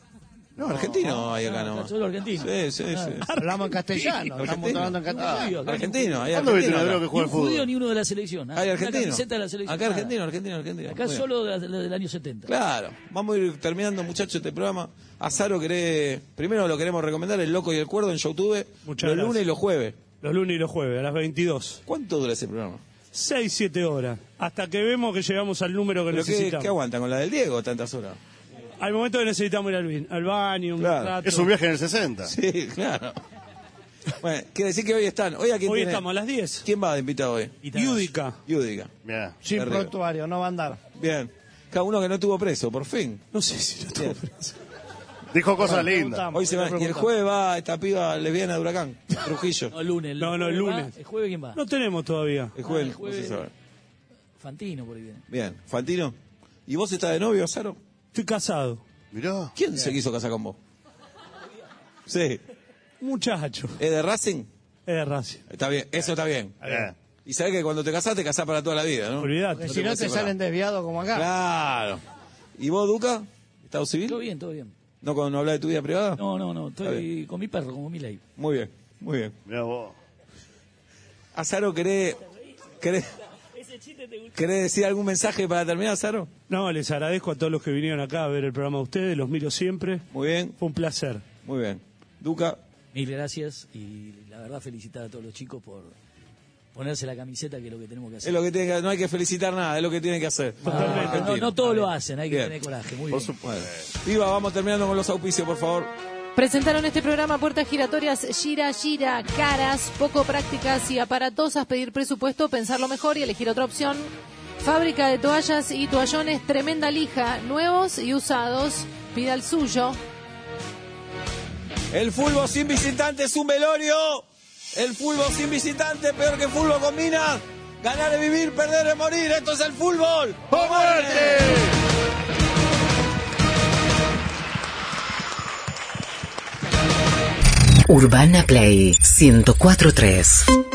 Speaker 2: No, argentino Ah, hay acá,
Speaker 6: no,
Speaker 2: ¿no?
Speaker 6: solo argentino.
Speaker 2: Sí, sí, sí.
Speaker 5: Hablamos en castellano, estamos
Speaker 2: Argentino.
Speaker 5: hablando en castellano.
Speaker 2: Argentino, hay
Speaker 10: ¿Cuándo
Speaker 2: argentino.
Speaker 10: viste un
Speaker 2: acá.
Speaker 10: hebreo que
Speaker 6: Ni
Speaker 10: juega
Speaker 6: un
Speaker 10: al fútbol?
Speaker 6: judío ni uno de la selección. ¿ah?
Speaker 2: Hay
Speaker 6: Una
Speaker 2: argentino.
Speaker 6: camiseta de la selección.
Speaker 2: Acá
Speaker 6: nada.
Speaker 2: argentino, argentino, argentino.
Speaker 6: Acá
Speaker 2: Muy bien.
Speaker 6: solo de la- la- del año 70.
Speaker 2: Claro, vamos a ir terminando, muchachos, este programa. Azaro querés, primero lo queremos recomendar, El Loco y el Cuerdo en YouTube,
Speaker 1: Muchas
Speaker 2: los
Speaker 1: gracias.
Speaker 2: lunes y los jueves.
Speaker 1: Los lunes y los jueves, a las 22.
Speaker 2: ¿Cuánto dura ese programa?
Speaker 1: 6, 7 horas. Hasta que vemos que llegamos al número que
Speaker 2: ¿Pero qué,
Speaker 1: necesitamos.
Speaker 2: qué aguantan con la del Diego tantas horas?
Speaker 1: Al momento que necesitamos ir al, bin- al baño, un rato.
Speaker 10: Es un viaje en el 60.
Speaker 2: Sí, [LAUGHS] claro. Bueno, quiere decir que hoy están. Hoy, a quién
Speaker 1: Hoy
Speaker 2: tiene-
Speaker 1: estamos a las 10.
Speaker 2: ¿Quién va de invitado hoy?
Speaker 1: Yúdica.
Speaker 2: Yúdica.
Speaker 10: Mirá.
Speaker 5: Sin
Speaker 2: Arriba.
Speaker 5: prontuario, no va a andar.
Speaker 2: Bien. Cada uno que no tuvo preso, por fin.
Speaker 1: No sé si lo
Speaker 2: Bien.
Speaker 10: Dijo cosas
Speaker 2: Bueno,
Speaker 10: lindas.
Speaker 2: Hoy se va, y el jueves va esta piba lesbiana de Huracán, Trujillo.
Speaker 6: No, el lunes. el
Speaker 1: No, no, el
Speaker 6: jueves va.
Speaker 1: lunes.
Speaker 6: ¿El jueves quién va?
Speaker 1: No tenemos todavía.
Speaker 2: El jueves,
Speaker 6: Ah, el jueves.
Speaker 2: no se sabe.
Speaker 6: Fantino, por ahí viene.
Speaker 2: Bien. Fantino, ¿y vos estás de novio, Saro?
Speaker 1: Estoy casado.
Speaker 10: Mirá.
Speaker 2: ¿Quién se quiso casar con vos? Sí.
Speaker 1: Muchacho.
Speaker 2: ¿Es de Racing?
Speaker 1: Es de Racing.
Speaker 2: Está bien, eso está bien.
Speaker 10: Bien.
Speaker 2: Y sabés que cuando te casás, te casás para toda la vida, ¿no?
Speaker 1: Olvidate.
Speaker 5: Si no
Speaker 2: podés
Speaker 5: te
Speaker 2: separar.
Speaker 5: salen desviados como acá.
Speaker 2: Claro. ¿Y vos, Duca? ¿Estado
Speaker 6: Todo
Speaker 2: civil?
Speaker 6: bien, todo bien.
Speaker 2: ¿No, con- no hablás de tu vida privada?
Speaker 6: No, no, no.
Speaker 2: Está
Speaker 6: Estoy con mi perro, como mi ley.
Speaker 2: Muy bien, muy bien.
Speaker 10: Mirá vos.
Speaker 2: Azaro, ¿querés, querés, querés decir algún mensaje para terminar, Azaro?
Speaker 1: No, les agradezco a todos los que vinieron acá a ver el programa de ustedes. Los miro siempre.
Speaker 2: Muy bien,
Speaker 1: Fue un placer.
Speaker 2: muy bien. Duca,
Speaker 6: Mil gracias y la verdad felicitar a todos los chicos por ponerse la camiseta que es lo que tenemos que
Speaker 2: es
Speaker 6: hacer.
Speaker 2: lo que tiene que, no hay que felicitar nada, es lo que tienen que hacer.
Speaker 6: Ah, no, no todos lo hacen, hay que
Speaker 2: Bien.
Speaker 6: tener coraje. Muy
Speaker 2: Por
Speaker 6: bien.
Speaker 2: supuesto. Viva, vamos terminando con los auspicios, por favor.
Speaker 3: Presentaron este programa Puertas Giratorias, Gira, Gira, Caras, poco prácticas y aparatosas, pedir presupuesto, pensarlo mejor y elegir otra opción. Fábrica de toallas y toallones, tremenda lija, nuevos y usados, pida el suyo.
Speaker 22: El fulbo sin visitante es un velorio. El fulbo sin visitante, peor que fulbo con minas. Ganar es vivir, perder es morir. Esto es el fútbol. ¡O muerte!
Speaker 23: Urbana Play 1043.